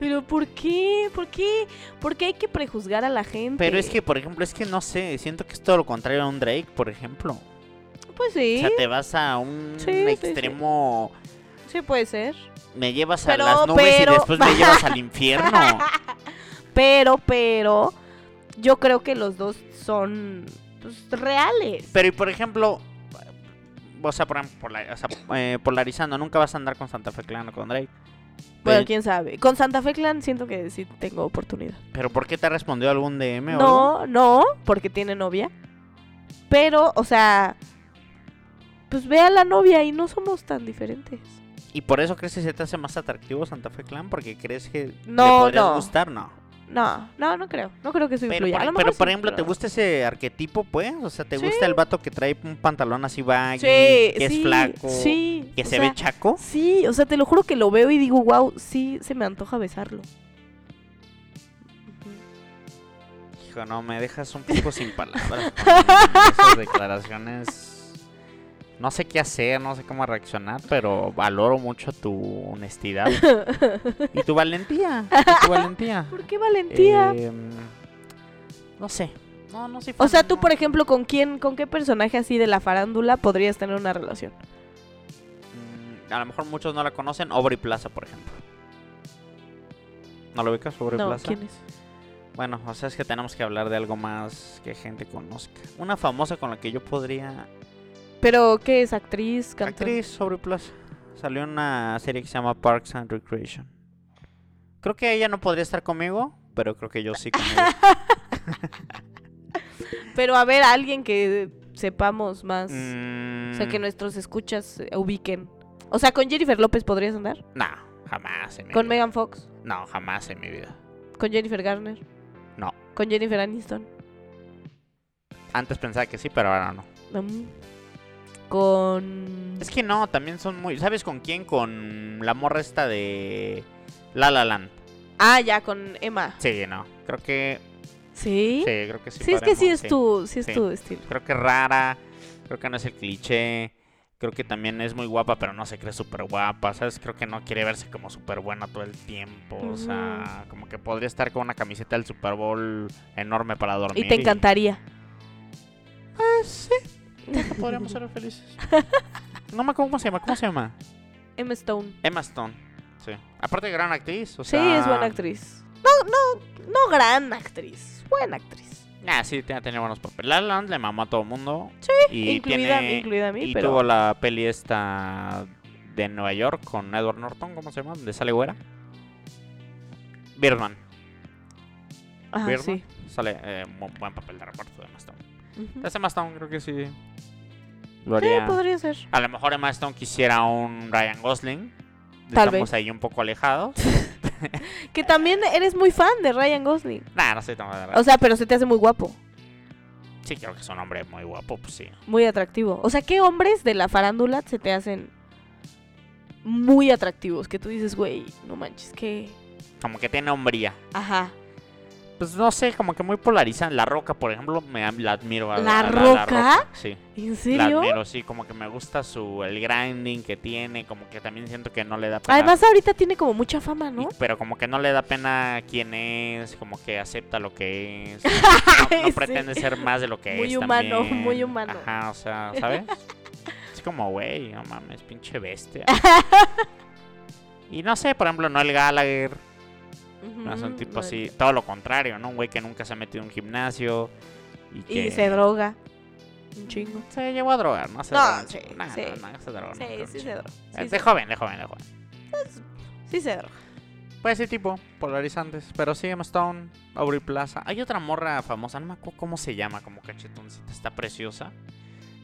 S5: Pero ¿por qué? ¿Por qué? ¿Por qué hay que prejuzgar a la gente?
S2: Pero es que, por ejemplo, es que no sé, siento que es todo lo contrario a un Drake, por ejemplo.
S5: Pues sí.
S2: O sea, te vas a un
S5: Sí, sí, sí.
S2: extremo,
S5: Sí, puede ser.
S2: me llevas
S5: Pero,
S2: a las nubes
S5: pero-
S2: y después me llevas al infierno.
S5: Pero, pero, yo creo que los dos son pues, reales.
S2: Pero y por ejemplo, o sea, por, ejemplo, pola- o sea, eh, polarizando, nunca vas a andar con Santa Fe Clan o con Drake.
S5: bueno,
S2: Pero,
S5: quién sabe. Con Santa Fe Clan siento que sí tengo oportunidad.
S2: ¿pero ¿por qué te respondió algún DM o algo?
S5: No, no, porque tiene novia. Pero, o sea, pues ve a la novia y no somos tan diferentes.
S2: ¿Y por eso crees que se te hace más atractivo Santa Fe Clan? ¿Porque crees que
S5: No,
S2: le podrías
S5: no.
S2: gustar? No.
S5: No, no, no creo. No creo que eso
S2: Pero,
S5: influya.
S2: por,
S5: A lo
S2: pero,
S5: mejor
S2: por
S5: sí,
S2: ejemplo, ¿te
S5: pero-
S2: gusta ese arquetipo, pues? O sea, ¿te
S5: Sí.
S2: gusta el vato que trae un pantalón así baggy,
S5: Sí,
S2: que es
S5: sí,
S2: flaco,
S5: sí,
S2: que
S5: o
S2: se
S5: sea,
S2: ve chaco?
S5: Sí, o sea, te lo juro que lo veo y digo, wow, sí, se me antoja besarlo. Ujú.
S2: Hijo, no, me dejas un poco sin palabras. con Esas declaraciones. No sé qué hacer, no sé cómo reaccionar, pero valoro mucho tu honestidad y tu valentía. y tu valentía.
S5: ¿Por qué valentía?
S2: Em, no sé. No, no soy
S5: o
S2: fan,
S5: sea, tú,
S2: no.
S5: por ejemplo, ¿con quién, con qué personaje así de la farándula podrías tener una relación?
S2: Mm, A lo mejor muchos no la conocen. Aubrey Plaza, por ejemplo. ¿No lo ubicas, Aubrey
S5: No,
S2: Plaza?
S5: ¿quién es?
S2: Bueno, o sea, es que tenemos que hablar de algo más que gente conozca. Una famosa con la que yo podría
S5: ¿Pero qué es? ¿Actriz? ¿Cantante?
S2: Actriz sobre Plaza. Salió en una serie que se llama Parks and Recreation. Creo que ella no podría estar conmigo, pero creo que yo sí conmigo.
S5: Pero a ver, alguien que sepamos más.
S2: Mm,
S5: O sea, que nuestros escuchas eh, ubiquen. O sea, ¿con Jennifer López podrías andar?
S2: No, jamás en mi
S5: ¿Con
S2: vida.
S5: Megan Fox?
S2: No, jamás en mi vida.
S5: ¿Con Jennifer Garner?
S2: No.
S5: ¿Con Jennifer Aniston?
S2: Antes pensaba que sí, pero ahora no.
S5: Mm. ¿Con...?
S2: Es que no, también son muy... ¿Sabes con quién? Con la morra esta de La La Land.
S5: Ah, ya, con Emma.
S2: Sí, no. Creo que...
S5: ¿Sí?
S2: Sí,
S5: Sí,
S2: creo que sí.
S5: es que sí
S2: podemos,
S5: es tu, sí es
S2: Sí.
S5: tu estilo.
S2: Creo que es rara, creo que no es el cliché, creo que también es muy guapa, pero no se cree súper guapa, ¿sabes? Creo que no quiere verse como súper buena todo el tiempo, o sea, como que podría estar con una camiseta del Super Bowl enorme para dormir.
S5: Y te encantaría.
S2: sí, podríamos ser felices. No me acuerdo cómo se llama, ¿cómo se llama?
S5: Emma Stone.
S2: Emma Stone, sí. Aparte gran actriz, o
S5: Sí,
S2: sea...
S5: es buena actriz. No, no, no gran actriz. Buena actriz.
S2: Nah, sí, tenía, tenía buenos papeles. La La Land le mamó a todo el mundo. Sí,
S5: incluida, incluida a mí,
S2: Y
S5: pero.
S2: tuvo la peli esta de Nueva York con Edward Norton, ¿cómo se llama? ¿Dónde sale güera? Birdman.
S5: Ah,
S2: Birdman.
S5: sí.
S2: Sale eh, mu- buen papel de reparto de Emma Stone.
S5: Ujú.
S2: Ese Emma Stone creo que sí. Lo
S5: Sí,
S2: haría.
S5: podría ser.
S2: A lo mejor Emma Stone quisiera un Ryan Gosling.
S5: Tal
S2: Estamos
S5: vez.
S2: ahí un poco alejados.
S5: Que también eres muy fan de Ryan Gosling.
S2: nah, no sé tan de
S5: O sea, pero se te hace muy guapo,
S2: Sí, creo que es un hombre muy guapo, pues sí.
S5: muy atractivo. O sea, ¿qué hombres de la farándula se te hacen muy atractivos? Que tú dices, güey, no manches, que.
S2: Como que tiene hombría.
S5: Ajá.
S2: Pues no sé, como que muy polarizan. La Roca, por ejemplo, me am- la admiro. a-
S5: ¿La
S2: a- a
S5: Roca?
S2: Sí.
S5: ¿En
S2: La
S5: serio?
S2: admiro, sí, como que me gusta su el grinding que tiene, como que también siento que no le da pena.
S5: Además, ahorita tiene como mucha fama,
S2: y-
S5: ¿no?
S2: pero como que no le da pena quién es, como que acepta lo que es. No, no
S5: Sí.
S2: pretende ser más de lo que
S5: Muy
S2: es.
S5: humano,
S2: también.
S5: muy humano.
S2: Ajá, o sea, ¿sabes? Es como, güey, no mames, pinche bestia. Y no sé, por ejemplo, Noel Gallagher, no es un
S5: Ujú,
S2: tipo
S5: no,
S2: así, todo lo contrario, ¿no? Un güey que nunca se ha metido en un gimnasio y
S5: Y
S2: que
S5: se droga. Un chingo.
S2: se llegó a drogar, ¿no? Se
S5: No,
S2: droga un
S5: sí,
S2: chingo. Nah,
S5: sí.
S2: no, no, se droga, no,
S5: Sí,
S2: creo un
S5: sí se
S2: chingo.
S5: droga, sí
S2: Eh,
S5: se
S2: de
S5: droga.
S2: joven, de joven, de joven.
S5: Sí se droga.
S2: Pues ese tipo, polarizantes. Pero sí, Emma Stone, Aubrey Plaza. Hay otra morra famosa, no me acuerdo cómo se llama, como cachetoncita, está preciosa.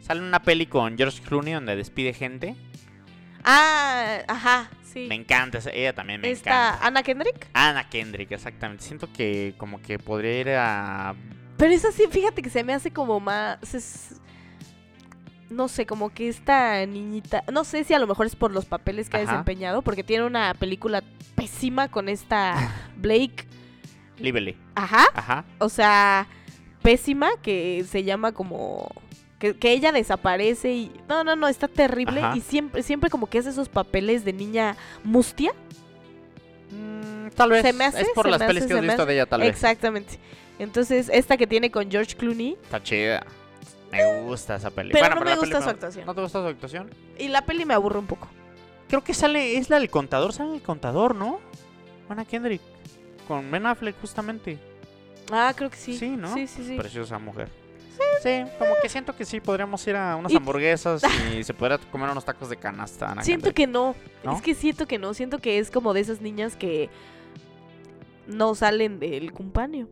S2: Sale en una peli con George Clooney donde despide gente.
S5: Ah, ajá, sí.
S2: Me encanta, esa- ella también me
S5: Esta,
S2: encanta.
S5: Ana Kendrick.
S2: Ana Kendrick, exactamente. Siento que como que podría ir a...
S5: Pero esa sí, fíjate que se me hace como más. es- no sé, como que esta niñita. No sé si a lo mejor es por los papeles que ha
S2: Ajá.
S5: desempeñado, porque tiene una película pésima con esta Blake.
S2: Lively.
S5: Ajá.
S2: Ajá.
S5: O sea, pésima, que se llama como. Que, que ella desaparece y. No, no, no, está terrible.
S2: Ajá.
S5: Y siempre, siempre como que hace esos papeles de niña mustia.
S2: Mm, tal vez
S5: Se me hace,
S2: es por
S5: se
S2: las
S5: me
S2: pelis
S5: hace,
S2: que has
S5: se me
S2: visto
S5: hace.
S2: de ella, tal vez.
S5: Exactamente. Entonces, esta que tiene con George Clooney.
S2: Está chida. Me gusta esa peli.
S5: Pero
S2: Bueno,
S5: no me
S2: la
S5: gusta
S2: peli
S5: su actuación.
S2: ¿No te gusta su actuación?
S5: Y la peli me aburre un poco.
S2: Creo que sale, es la del contador, sale el contador, ¿no? Ana Kendrick. Con Ben Affleck, justamente.
S5: Ah, creo que sí.
S2: Sí, ¿no?
S5: Sí, sí, sí.
S2: Preciosa mujer. Sí, como que siento que sí, podríamos ir a unas
S5: Y-
S2: hamburguesas y se podría comer unos tacos de canasta. Ana
S5: Siento
S2: Kendrick.
S5: que no.
S2: ¿No?
S5: Es que siento que no. Siento que es como de esas niñas que no salen del cumpáneo.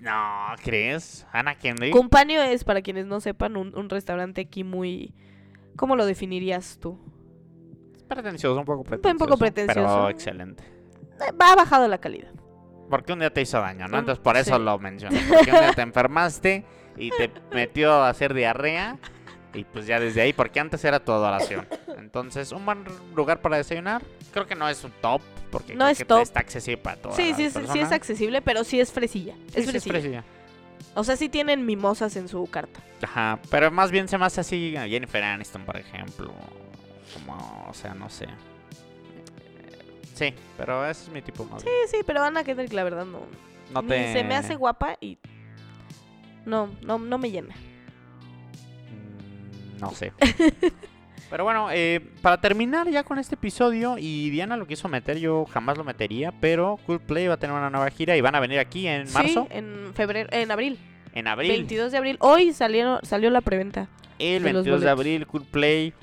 S2: No, ¿crees? Ana Kendrick.
S5: Cumpáneo es, para quienes no sepan, un, un restaurante aquí muy... ¿Cómo lo definirías tú?
S2: Pretencioso, un poco
S5: poco
S2: pretencioso. Pero
S5: pretencioso.
S2: excelente.
S5: Eh, Ha bajado la calidad.
S2: Porque un día te hizo daño, ¿no?
S5: Un-
S2: Entonces por eso
S5: sí.
S2: lo mencioné. Porque un día te enfermaste y te metió a hacer diarrea. Y pues ya desde ahí, porque antes era tu adoración. Entonces, un buen lugar para desayunar. Creo que no es un top, porque
S5: No
S2: creo
S5: es
S2: que
S5: top.
S2: está accesible para todas
S5: Sí,
S2: las
S5: sí, es- sí
S2: personas.
S5: es accesible, pero sí es fresilla.
S2: Sí,
S5: Es
S2: sí,
S5: fresilla.
S2: fresilla.
S5: O sea, sí tienen mimosas en su carta.
S2: Ajá, pero más bien se me hace así a Jennifer Aniston, por ejemplo. Como, o sea, no sé. Sí, pero ese es mi tipo más bien.
S5: Sí, sí, pero Ana Kendrick, la verdad, no.
S2: No
S5: Ni
S2: te...
S5: Se me hace guapa y... No, no, no me llena.
S2: Mm, No sé. Pero bueno, eh, para terminar ya con este episodio, y Diana lo quiso meter, yo jamás lo metería, pero Cool Play va a tener una nueva gira y van a venir aquí en marzo,
S5: Sí, en febrero, en abril.
S2: en abril,
S5: 22 de abril. Hoy salieron, salió la preventa.
S2: el
S5: de
S2: 22
S5: los
S2: de
S5: boletos.
S2: abril, Cool Play.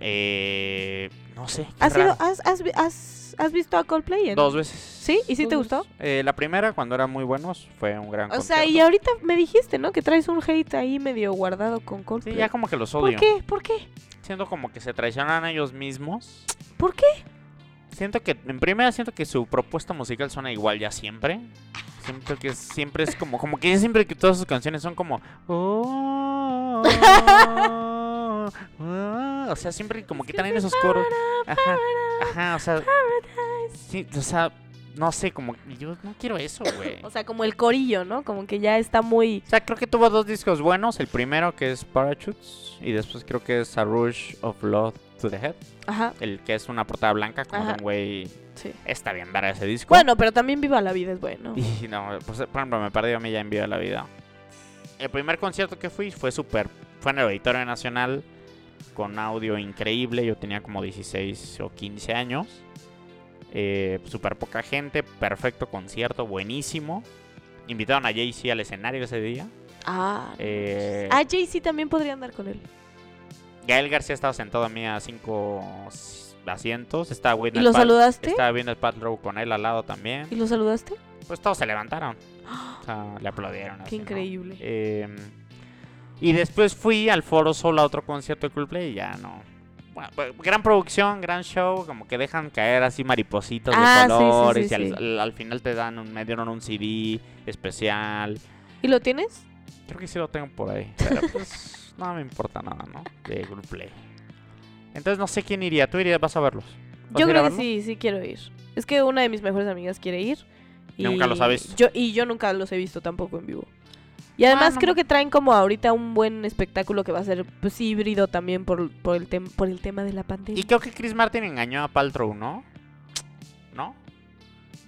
S2: Eh, no sé. qué
S5: ¿Has, ido-
S2: raro.
S5: has, has vi- has- has visto a Coldplay? en-
S2: Dos veces.
S5: ¿Sí? ¿Y sí
S2: Dos
S5: te
S2: veces.
S5: gustó?
S2: Eh, la primera, cuando eran muy buenos, fue un gran
S5: O sea, y
S2: concierto.
S5: ahorita me dijiste, ¿no? Que traes un hate ahí medio guardado con Coldplay.
S2: Sí, ya como que los
S5: ¿Por
S2: odio.
S5: qué? ¿Por qué?
S2: Siento como que se traicionan a ellos mismos.
S5: ¿Por qué?
S2: Siento que, en primera, siento que su propuesta musical suena igual ya siempre. Siento que siempre es como, como que siempre que todas sus canciones son como. "Oh, oh, oh", o sea, siempre como que traen esos coros. Ajá, ajá, o sea. sí, o sea, no sé, como. Yo no quiero eso, güey.
S5: O sea, como el corillo, ¿no? Como que ya está muy...
S2: O sea, creo que tuvo dos discos buenos. El primero que es Parachutes y después creo que es A Rush of Love to the Head.
S5: Ajá,
S2: El que es una portada blanca como de
S5: Ajá.
S2: un güey...
S5: sí.
S2: Está bien ver ese disco.
S5: Bueno, pero también Viva la Vida es bueno.
S2: Y no, pues, por ejemplo, me perdí a mí ya en Viva la Vida. El primer concierto que fui fue súper... Fue en el Auditorio Nacional con audio increíble. Yo tenía como 16 o 15 años. Eh, súper poca gente, perfecto concierto, buenísimo. Invitaron a Jay-Z al escenario ese día.
S5: Ah, no.
S2: Eh,
S5: ah, Jay-Z también podría andar con él.
S2: Gael García estaba sentado a mí a cinco s- asientos. Estaba
S5: ¿Y
S2: Whitney
S5: lo
S2: Pal-
S5: saludaste?
S2: Estaba viendo el Patrow con él al lado también.
S5: ¿Y lo saludaste?
S2: Pues todos se levantaron. O sea, le aplaudieron.
S5: Qué
S2: así, Ah, ¿no?
S5: increíble.
S2: Eh, y después fui al Foro Sol a otro concierto de Coldplay y ya no. Bueno, pues, gran producción, gran show, como que dejan caer así maripositas
S5: Ah, sí,
S2: de
S5: sí, sí,
S2: colores y
S5: sí.
S2: al, al- al final te dan un, me dieron un CD especial.
S5: ¿Y lo tienes?
S2: Creo que sí lo tengo por ahí. Pero pues no me importa nada, ¿no? De Google Play. Entonces no sé quién iría. ¿Tú irías? ¿Vas a verlos? ¿Vas a
S5: Yo
S2: ir a
S5: creo que
S2: verlos?
S5: sí, sí quiero ir. Es que una de mis mejores amigas quiere ir
S2: Nunca los ha visto.
S5: Yo, y yo nunca los he visto tampoco en vivo. Y además
S2: no.
S5: creo que traen como ahorita un buen espectáculo que va a ser pues, híbrido también por, por, el tem- por el tema de la
S2: Y
S5: pandemia.
S2: creo que Chris Martin engañó a Paltrow, ¿no? ¿No?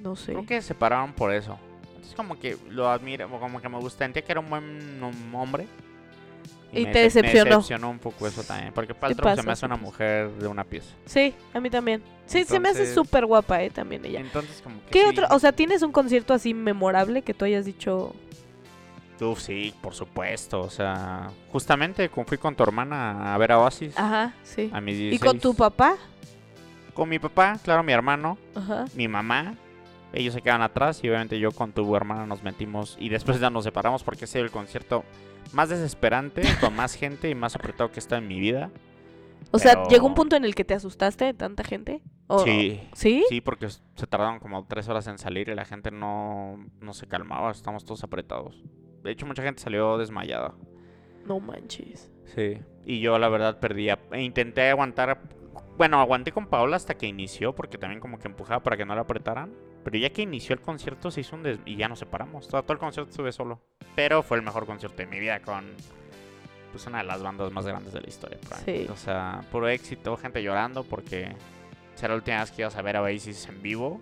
S5: No sé.
S2: Creo que se separaron por eso. Es como que lo admiro, como que me gusta. Entendía que era un buen hom- hombre.
S5: Y
S2: me
S5: te
S2: dece- Me
S5: decepcionó.
S2: decepcionó un poco eso también. Porque Paltrow se
S5: pasa,
S2: me hace
S5: sí
S2: una
S5: pasa.
S2: mujer de una pieza.
S5: Sí, a mí también. Sí, se me hace
S2: Entonces-
S5: súper guapa, eh, también ella.
S2: Entonces, como que.
S5: ¿Qué
S2: sí.
S5: otro? O sea, ¿tienes un concierto así memorable que tú hayas dicho?
S2: Uf, sí, por supuesto. O sea, justamente con- fui con tu hermana a ver a Oasis.
S5: Ajá, sí.
S2: A mis
S5: Ah, ¿Y con
S2: 16.
S5: tu papá?
S2: Con mi papá, claro, mi hermano,
S5: Ajá.
S2: mi mamá. Ellos se quedan atrás y obviamente yo con tu hermana nos metimos y después ya nos separamos porque ha sido el concierto más desesperante, con más gente y más apretado que está en mi vida.
S5: O sea,
S2: Pero-
S5: ¿llegó un punto en el que te asustaste de tanta gente? ¿O-
S2: Sí.
S5: ¿Sí?
S2: Sí, porque s- se tardaron como tres horas en salir y la gente no, no se calmaba, estamos todos apretados. De hecho, mucha gente salió desmayada.
S5: No manches.
S2: Sí. Y yo la verdad perdía. E intenté aguantar. Bueno, aguanté con Paola hasta que inició, porque también como que empujaba para que no la apretaran. Pero ya que inició el concierto se hizo un des... y ya nos separamos. Todo, todo el concierto estuve solo. Pero fue el mejor concierto de mi vida con pues una de las bandas más grandes de la historia. probablemente.
S5: Sí.
S2: O sea, puro éxito, gente llorando porque será la última vez que ibas a ver a Oasis en vivo.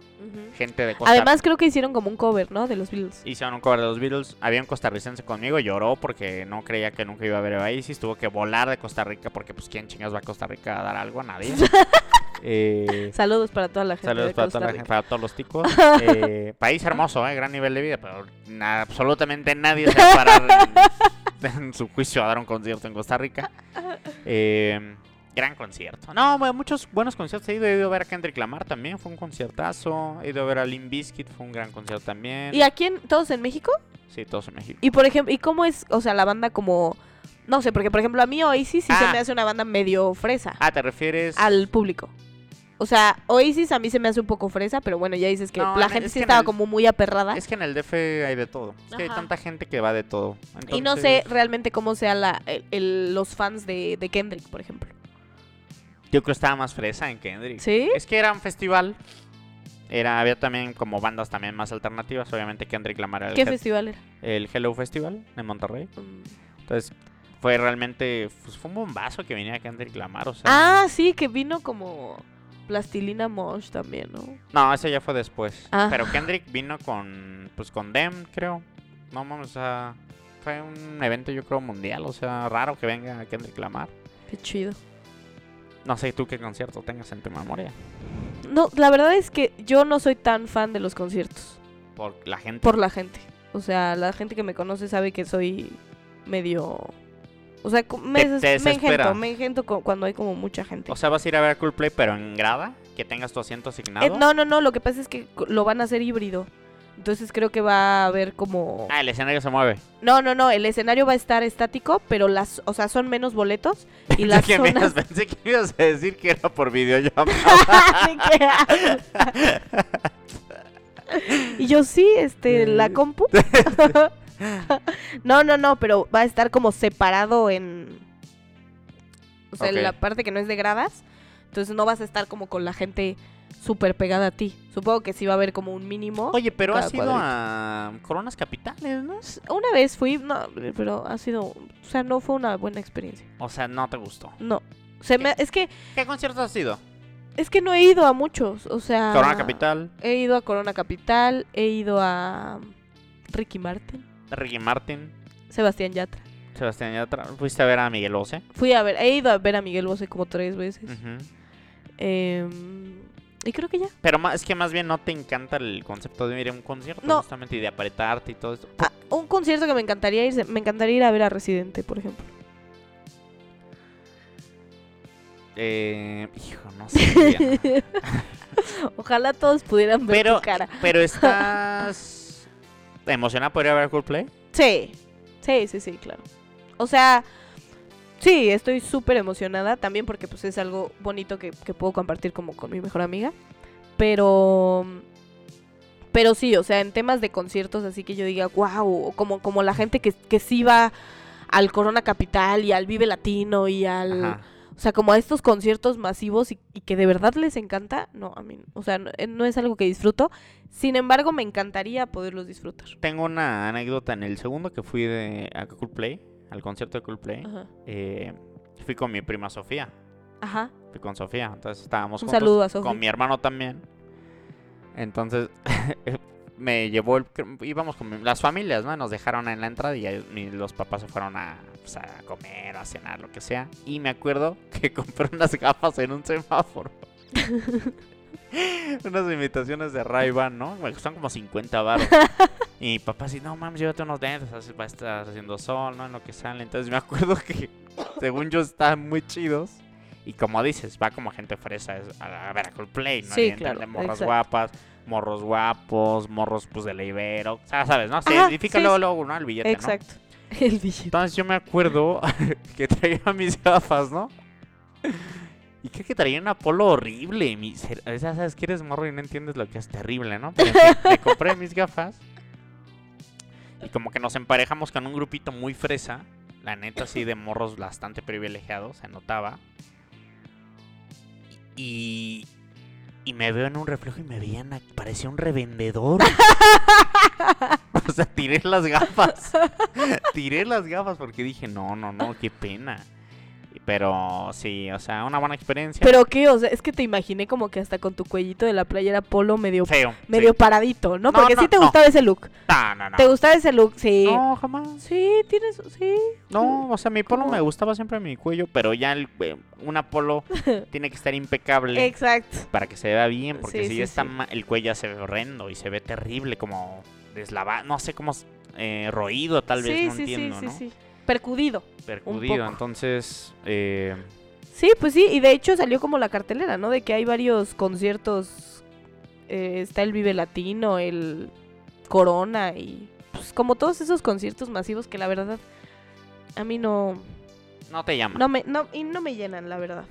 S2: Gente de Costa
S5: Además, creo que hicieron como un cover, ¿no? De los Beatles.
S2: Hicieron un cover de los Beatles. Había un costarricense conmigo, lloró porque no creía que nunca iba a ver a Oasis. Tuvo que volar de Costa Rica porque, pues, ¿quién chingados va a Costa Rica a dar algo? Nadie. Eh,
S5: Saludos para toda la gente.
S2: saludos
S5: de
S2: para,
S5: Costa
S2: toda la
S5: Rica.
S2: gente- para todos los ticos. Eh, país hermoso, eh, gran nivel de vida, pero na- absolutamente nadie se va a parar en, en su juicio a dar un concierto en Costa Rica. Eh, gran concierto. No, mu- muchos buenos conciertos. He ido, he ido a ver a Kendrick Lamar también, fue un conciertazo. He ido a ver a Limp Bizkit, fue un gran concierto también.
S5: ¿Y aquí en, todos en México?
S2: Sí, todos en México.
S5: Y por ejemplo, ¿y cómo es, o sea, la banda como no sé, porque por ejemplo a mí Oasis sí se
S2: Ah.
S5: me hace una banda medio fresa
S2: Ah, ¿te refieres?
S5: al público. O sea, Oasis a mí se me hace un poco fresa, pero bueno, ya dices que
S2: No,
S5: la
S2: en-
S5: gente
S2: es
S5: sí
S2: que en
S5: estaba
S2: el-
S5: como muy aperrada
S2: Es que en el DF hay de todo. Es que hay
S5: Ajá.
S2: tanta gente que va de todo.
S5: y no sé
S2: Entonces,
S5: realmente cómo sean la, el- el- los fans de, de Kendrick, por ejemplo.
S2: Yo creo que estaba más fresa en Kendrick.
S5: ¿Sí?
S2: Es que era un festival. Era, había también como bandas también más alternativas. Obviamente Kendrick Lamar era el,
S5: ¿Qué
S2: head-
S5: festival era?
S2: el Hello Festival en Monterrey.
S5: Mm.
S2: Entonces fue realmente... pues, fue un bombazo que venía Kendrick Lamar. O sea,
S5: Ah, sí, que vino como Plastilina Mosh también, ¿no?
S2: No, eso ya fue después.
S5: Ah.
S2: Pero Kendrick vino con... Pues con Dem, creo. No, mames, o sea... Fue un evento, yo creo, mundial. O sea, raro que venga Kendrick Lamar.
S5: Qué chido.
S2: No sé tú qué concierto tengas en tu memoria.
S5: No, la verdad es que yo no soy tan fan de los conciertos.
S2: Por la gente.
S5: por la gente. O sea, la gente que me conoce sabe que soy medio... O sea, co- me,
S2: Te-
S5: des-
S2: te
S5: me
S2: desespera.
S5: engento, me engento co- cuando hay como mucha gente.
S2: O sea, vas a ir a ver Coldplay, pero en grada, que tengas tu asiento asignado.
S5: Eh, no, no, no, lo que pasa es que co- lo van a hacer híbrido. Entonces creo que va a haber como...
S2: Ah, el escenario se mueve.
S5: No, no, no, el escenario va a estar estático, pero las... O sea, son menos boletos y las
S2: Pensé que me ibas-
S5: zonas...
S2: pensé que me ibas a decir que era por videollamada.
S5: Así que- y yo sí, este, la compu. no, no, no, pero va a estar como separado en... O sea, en
S2: Ok.
S5: la parte que no es de gradas. Entonces no vas a estar como con la gente súper pegada a ti. Supongo que sí va a haber como un mínimo.
S2: Oye, pero
S5: Cada
S2: has ido
S5: cuadrito.
S2: a Coronas Capitales, ¿no?
S5: Una vez fui, no, pero ha sido... O sea, no fue una buena experiencia.
S2: O sea, no te gustó.
S5: No. Se me, es que
S2: ¿Qué concierto has ido?
S5: es que no he ido a muchos, o sea...
S2: Corona Capital,
S5: He ido a Corona Capital, he ido a Ricky Martin,
S2: Ricky Martin,
S5: Sebastián Yatra.
S2: Sebastián Yatra. Fuiste a ver a Miguel Bosé.
S5: Fui a ver, he ido a ver a Miguel Bosé como tres veces.
S2: Ujú.
S5: Em, y creo que ya.
S2: Pero más, es que más bien no te encanta el concepto de ir a un concierto,
S5: No.
S2: justamente, y de apretarte y todo esto.
S5: Ah, un concierto que me encantaría irse, me encantaría ir a ver a Residente, por ejemplo.
S2: Eh, hijo, no sé. Diana.
S5: Ojalá todos pudieran ver
S2: Pero,
S5: tu cara.
S2: pero estás emocionada por ir a ver Coldplay.
S5: Sí, sí, sí, sí, claro. O sea, sí, estoy súper emocionada también porque pues es algo bonito que, que puedo compartir como con mi mejor amiga. Pero, pero sí, o sea, en temas de conciertos así que yo diga, wow, como, como la gente que, que sí va al Corona Capital y al Vive Latino y al...
S2: Ajá.
S5: O sea, como a estos conciertos masivos y, y que de verdad les encanta, no, a mí, no. o sea, no, eh, no es algo que disfruto. Sin embargo, me encantaría poderlos disfrutar.
S2: Tengo una anécdota. En el segundo que fui de, a Coldplay, al concierto de Coldplay,
S5: Ajá.
S2: eh, fui con mi prima Sofía.
S5: Ajá.
S2: Fui con Sofía. Entonces estábamos
S5: Un
S2: juntos,
S5: saludo a Sofi.
S2: con mi hermano también. Entonces me llevó el- íbamos con mi- las familias, ¿no? Nos dejaron en la entrada y ahí mi- los papás se fueron a, pues, a comer, a cenar, lo que sea. Y me acuerdo que compré unas gafas en un semáforo. unas imitaciones de Ray Ban, ¿no? Me costaron como 50 baros. Y mi papá así, no mames, llévate unos lentes, así va a estar haciendo sol, ¿no? En lo que sale. Entonces me acuerdo que, según yo, están muy chidos. Y como dices, va como gente fresa es- a, a ver a Coldplay, ¿no?
S5: Sí,
S2: Evidentemente,
S5: claro,
S2: Morras
S5: exacto.
S2: guapas, morros guapos, morros pues de la Ibero. O sea, sabes, ¿no? Se
S5: Ajá,
S2: identifica
S5: sí,
S2: luego,
S5: sí.
S2: luego, ¿no? El billete, ¿no?
S5: Exacto. El billete.
S2: Entonces yo me acuerdo que traía mis gafas, ¿no? Y creo que traía un Apolo horrible. Mi, ser- o sea, sabes que eres morro y no entiendes lo que es terrible, ¿no? Pero en fin, me compré mis gafas. Y como que nos emparejamos con un grupito muy fresa. La neta, así de morros bastante privilegiados, se notaba. Y, y me veo en un reflejo y me veían, a- parecía un revendedor. o sea, tiré las gafas. tiré las gafas porque dije, no, no, no, qué pena. Pero sí, o sea, una buena experiencia.
S5: Pero qué, o sea, es que te imaginé como que hasta con tu cuellito de la playera polo medio,
S2: Feo.
S5: medio
S2: sí.
S5: paradito, ¿no?
S2: No,
S5: Porque sí
S2: no,
S5: te
S2: no.
S5: gustaba ese look.
S2: No, no, no.
S5: ¿Te gustaba ese look? Sí.
S2: No, jamás.
S5: Sí, tienes, sí.
S2: No, o sea, mi polo
S5: ¿Cómo?
S2: me gustaba siempre mi cuello, pero ya el- eh, un polo tiene que estar impecable.
S5: Exacto.
S2: para que se vea bien, porque
S5: Sí,
S2: si
S5: sí,
S2: ya está
S5: sí.
S2: ma- el cuello ya se ve horrendo y se ve terrible, como deslavado, no sé cómo s- eh, roído tal vez,
S5: sí,
S2: no
S5: sí,
S2: entiendo,
S5: sí,
S2: ¿no?
S5: sí, sí. Percudido.
S2: Percudido,
S5: poco.
S2: entonces, eh,
S5: Sí, pues sí, y de hecho salió como la cartelera, ¿no? De que hay varios conciertos. eh, está el Vive Latino, el Corona y. Pues como todos esos conciertos masivos que la verdad. A mí no.
S2: no te llama.
S5: No me, no, y no me llenan, la verdad.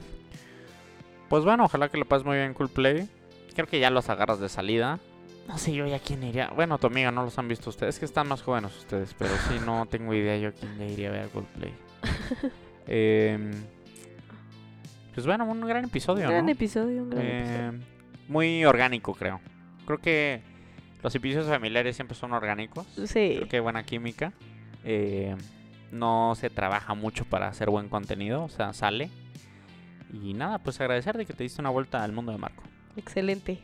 S2: Pues bueno, ojalá que lo pases muy bien Cool Play. Creo que ya los agarras de salida. No sé yo ya quién iría. Bueno, tu amiga no los han visto ustedes. Es que están más jóvenes ustedes, pero sí, no tengo idea yo quién le iría a ver a Coldplay. Em, pues bueno, un gran
S5: Un
S2: episodio,
S5: gran
S2: ¿no?
S5: episodio, un gran episodio.
S2: Eh, muy orgánico, creo. Creo que los episodios familiares siempre son orgánicos.
S5: Sí.
S2: Creo que hay buena química. Eh, no se trabaja mucho para hacer buen contenido, o sea, sale. Y nada, pues agradecer de que te diste una vuelta al mundo de Marco.
S5: Excelente.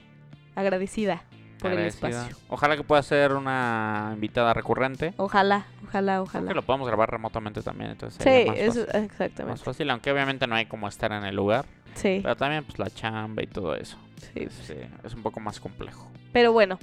S5: Agradecida por
S2: Agradecida.
S5: el espacio.
S2: Ojalá que pueda ser una invitada recurrente.
S5: Ojalá, ojalá,
S2: Creo que
S5: ojalá.
S2: lo podamos grabar remotamente también, entonces
S5: Sí,
S2: sería más,
S5: eso,
S2: fácil, más
S5: exactamente.
S2: fácil, aunque obviamente no hay como estar en el lugar,
S5: Sí,
S2: pero también pues la chamba y todo eso.
S5: sí, pues, sí.
S2: Este, es un poco más complejo.
S5: Pero bueno,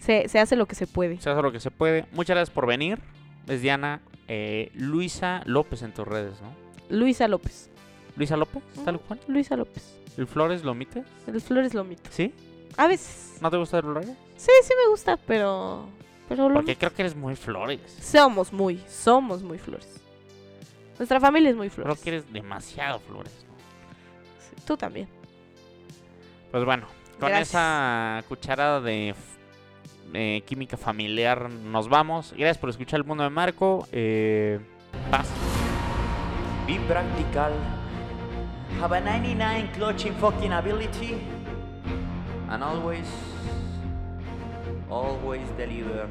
S5: se, se hace lo que se puede.
S2: se hace lo que se puede. Muchas gracias por venir. Es Diana eh, Luisa López en tus redes, ¿no?
S5: Luisa López.
S2: Luisa López, tal
S5: Ujú.
S2: cual.
S5: Luisa López.
S2: ¿El Flores lo omite?
S5: El Flores lo omito.
S2: ¿Sí?
S5: A veces.
S2: ¿No te gusta el Flores?
S5: Sí, sí me gusta, pero. Pero lo
S2: Porque
S5: omito.
S2: creo que eres muy Flores.
S5: Somos muy, somos muy flores. Nuestra familia es muy
S2: Creo
S5: flores.
S2: que eres demasiado Flores. ¿no?
S5: Sí, Tú también.
S2: Pues bueno, con
S5: Gracias.
S2: esa cucharada de f- eh, química familiar nos vamos. Gracias por escuchar El Mundo de Marco. Eh, paz.
S3: practical. Have a 99 clutching fucking ability. And always, always deliver.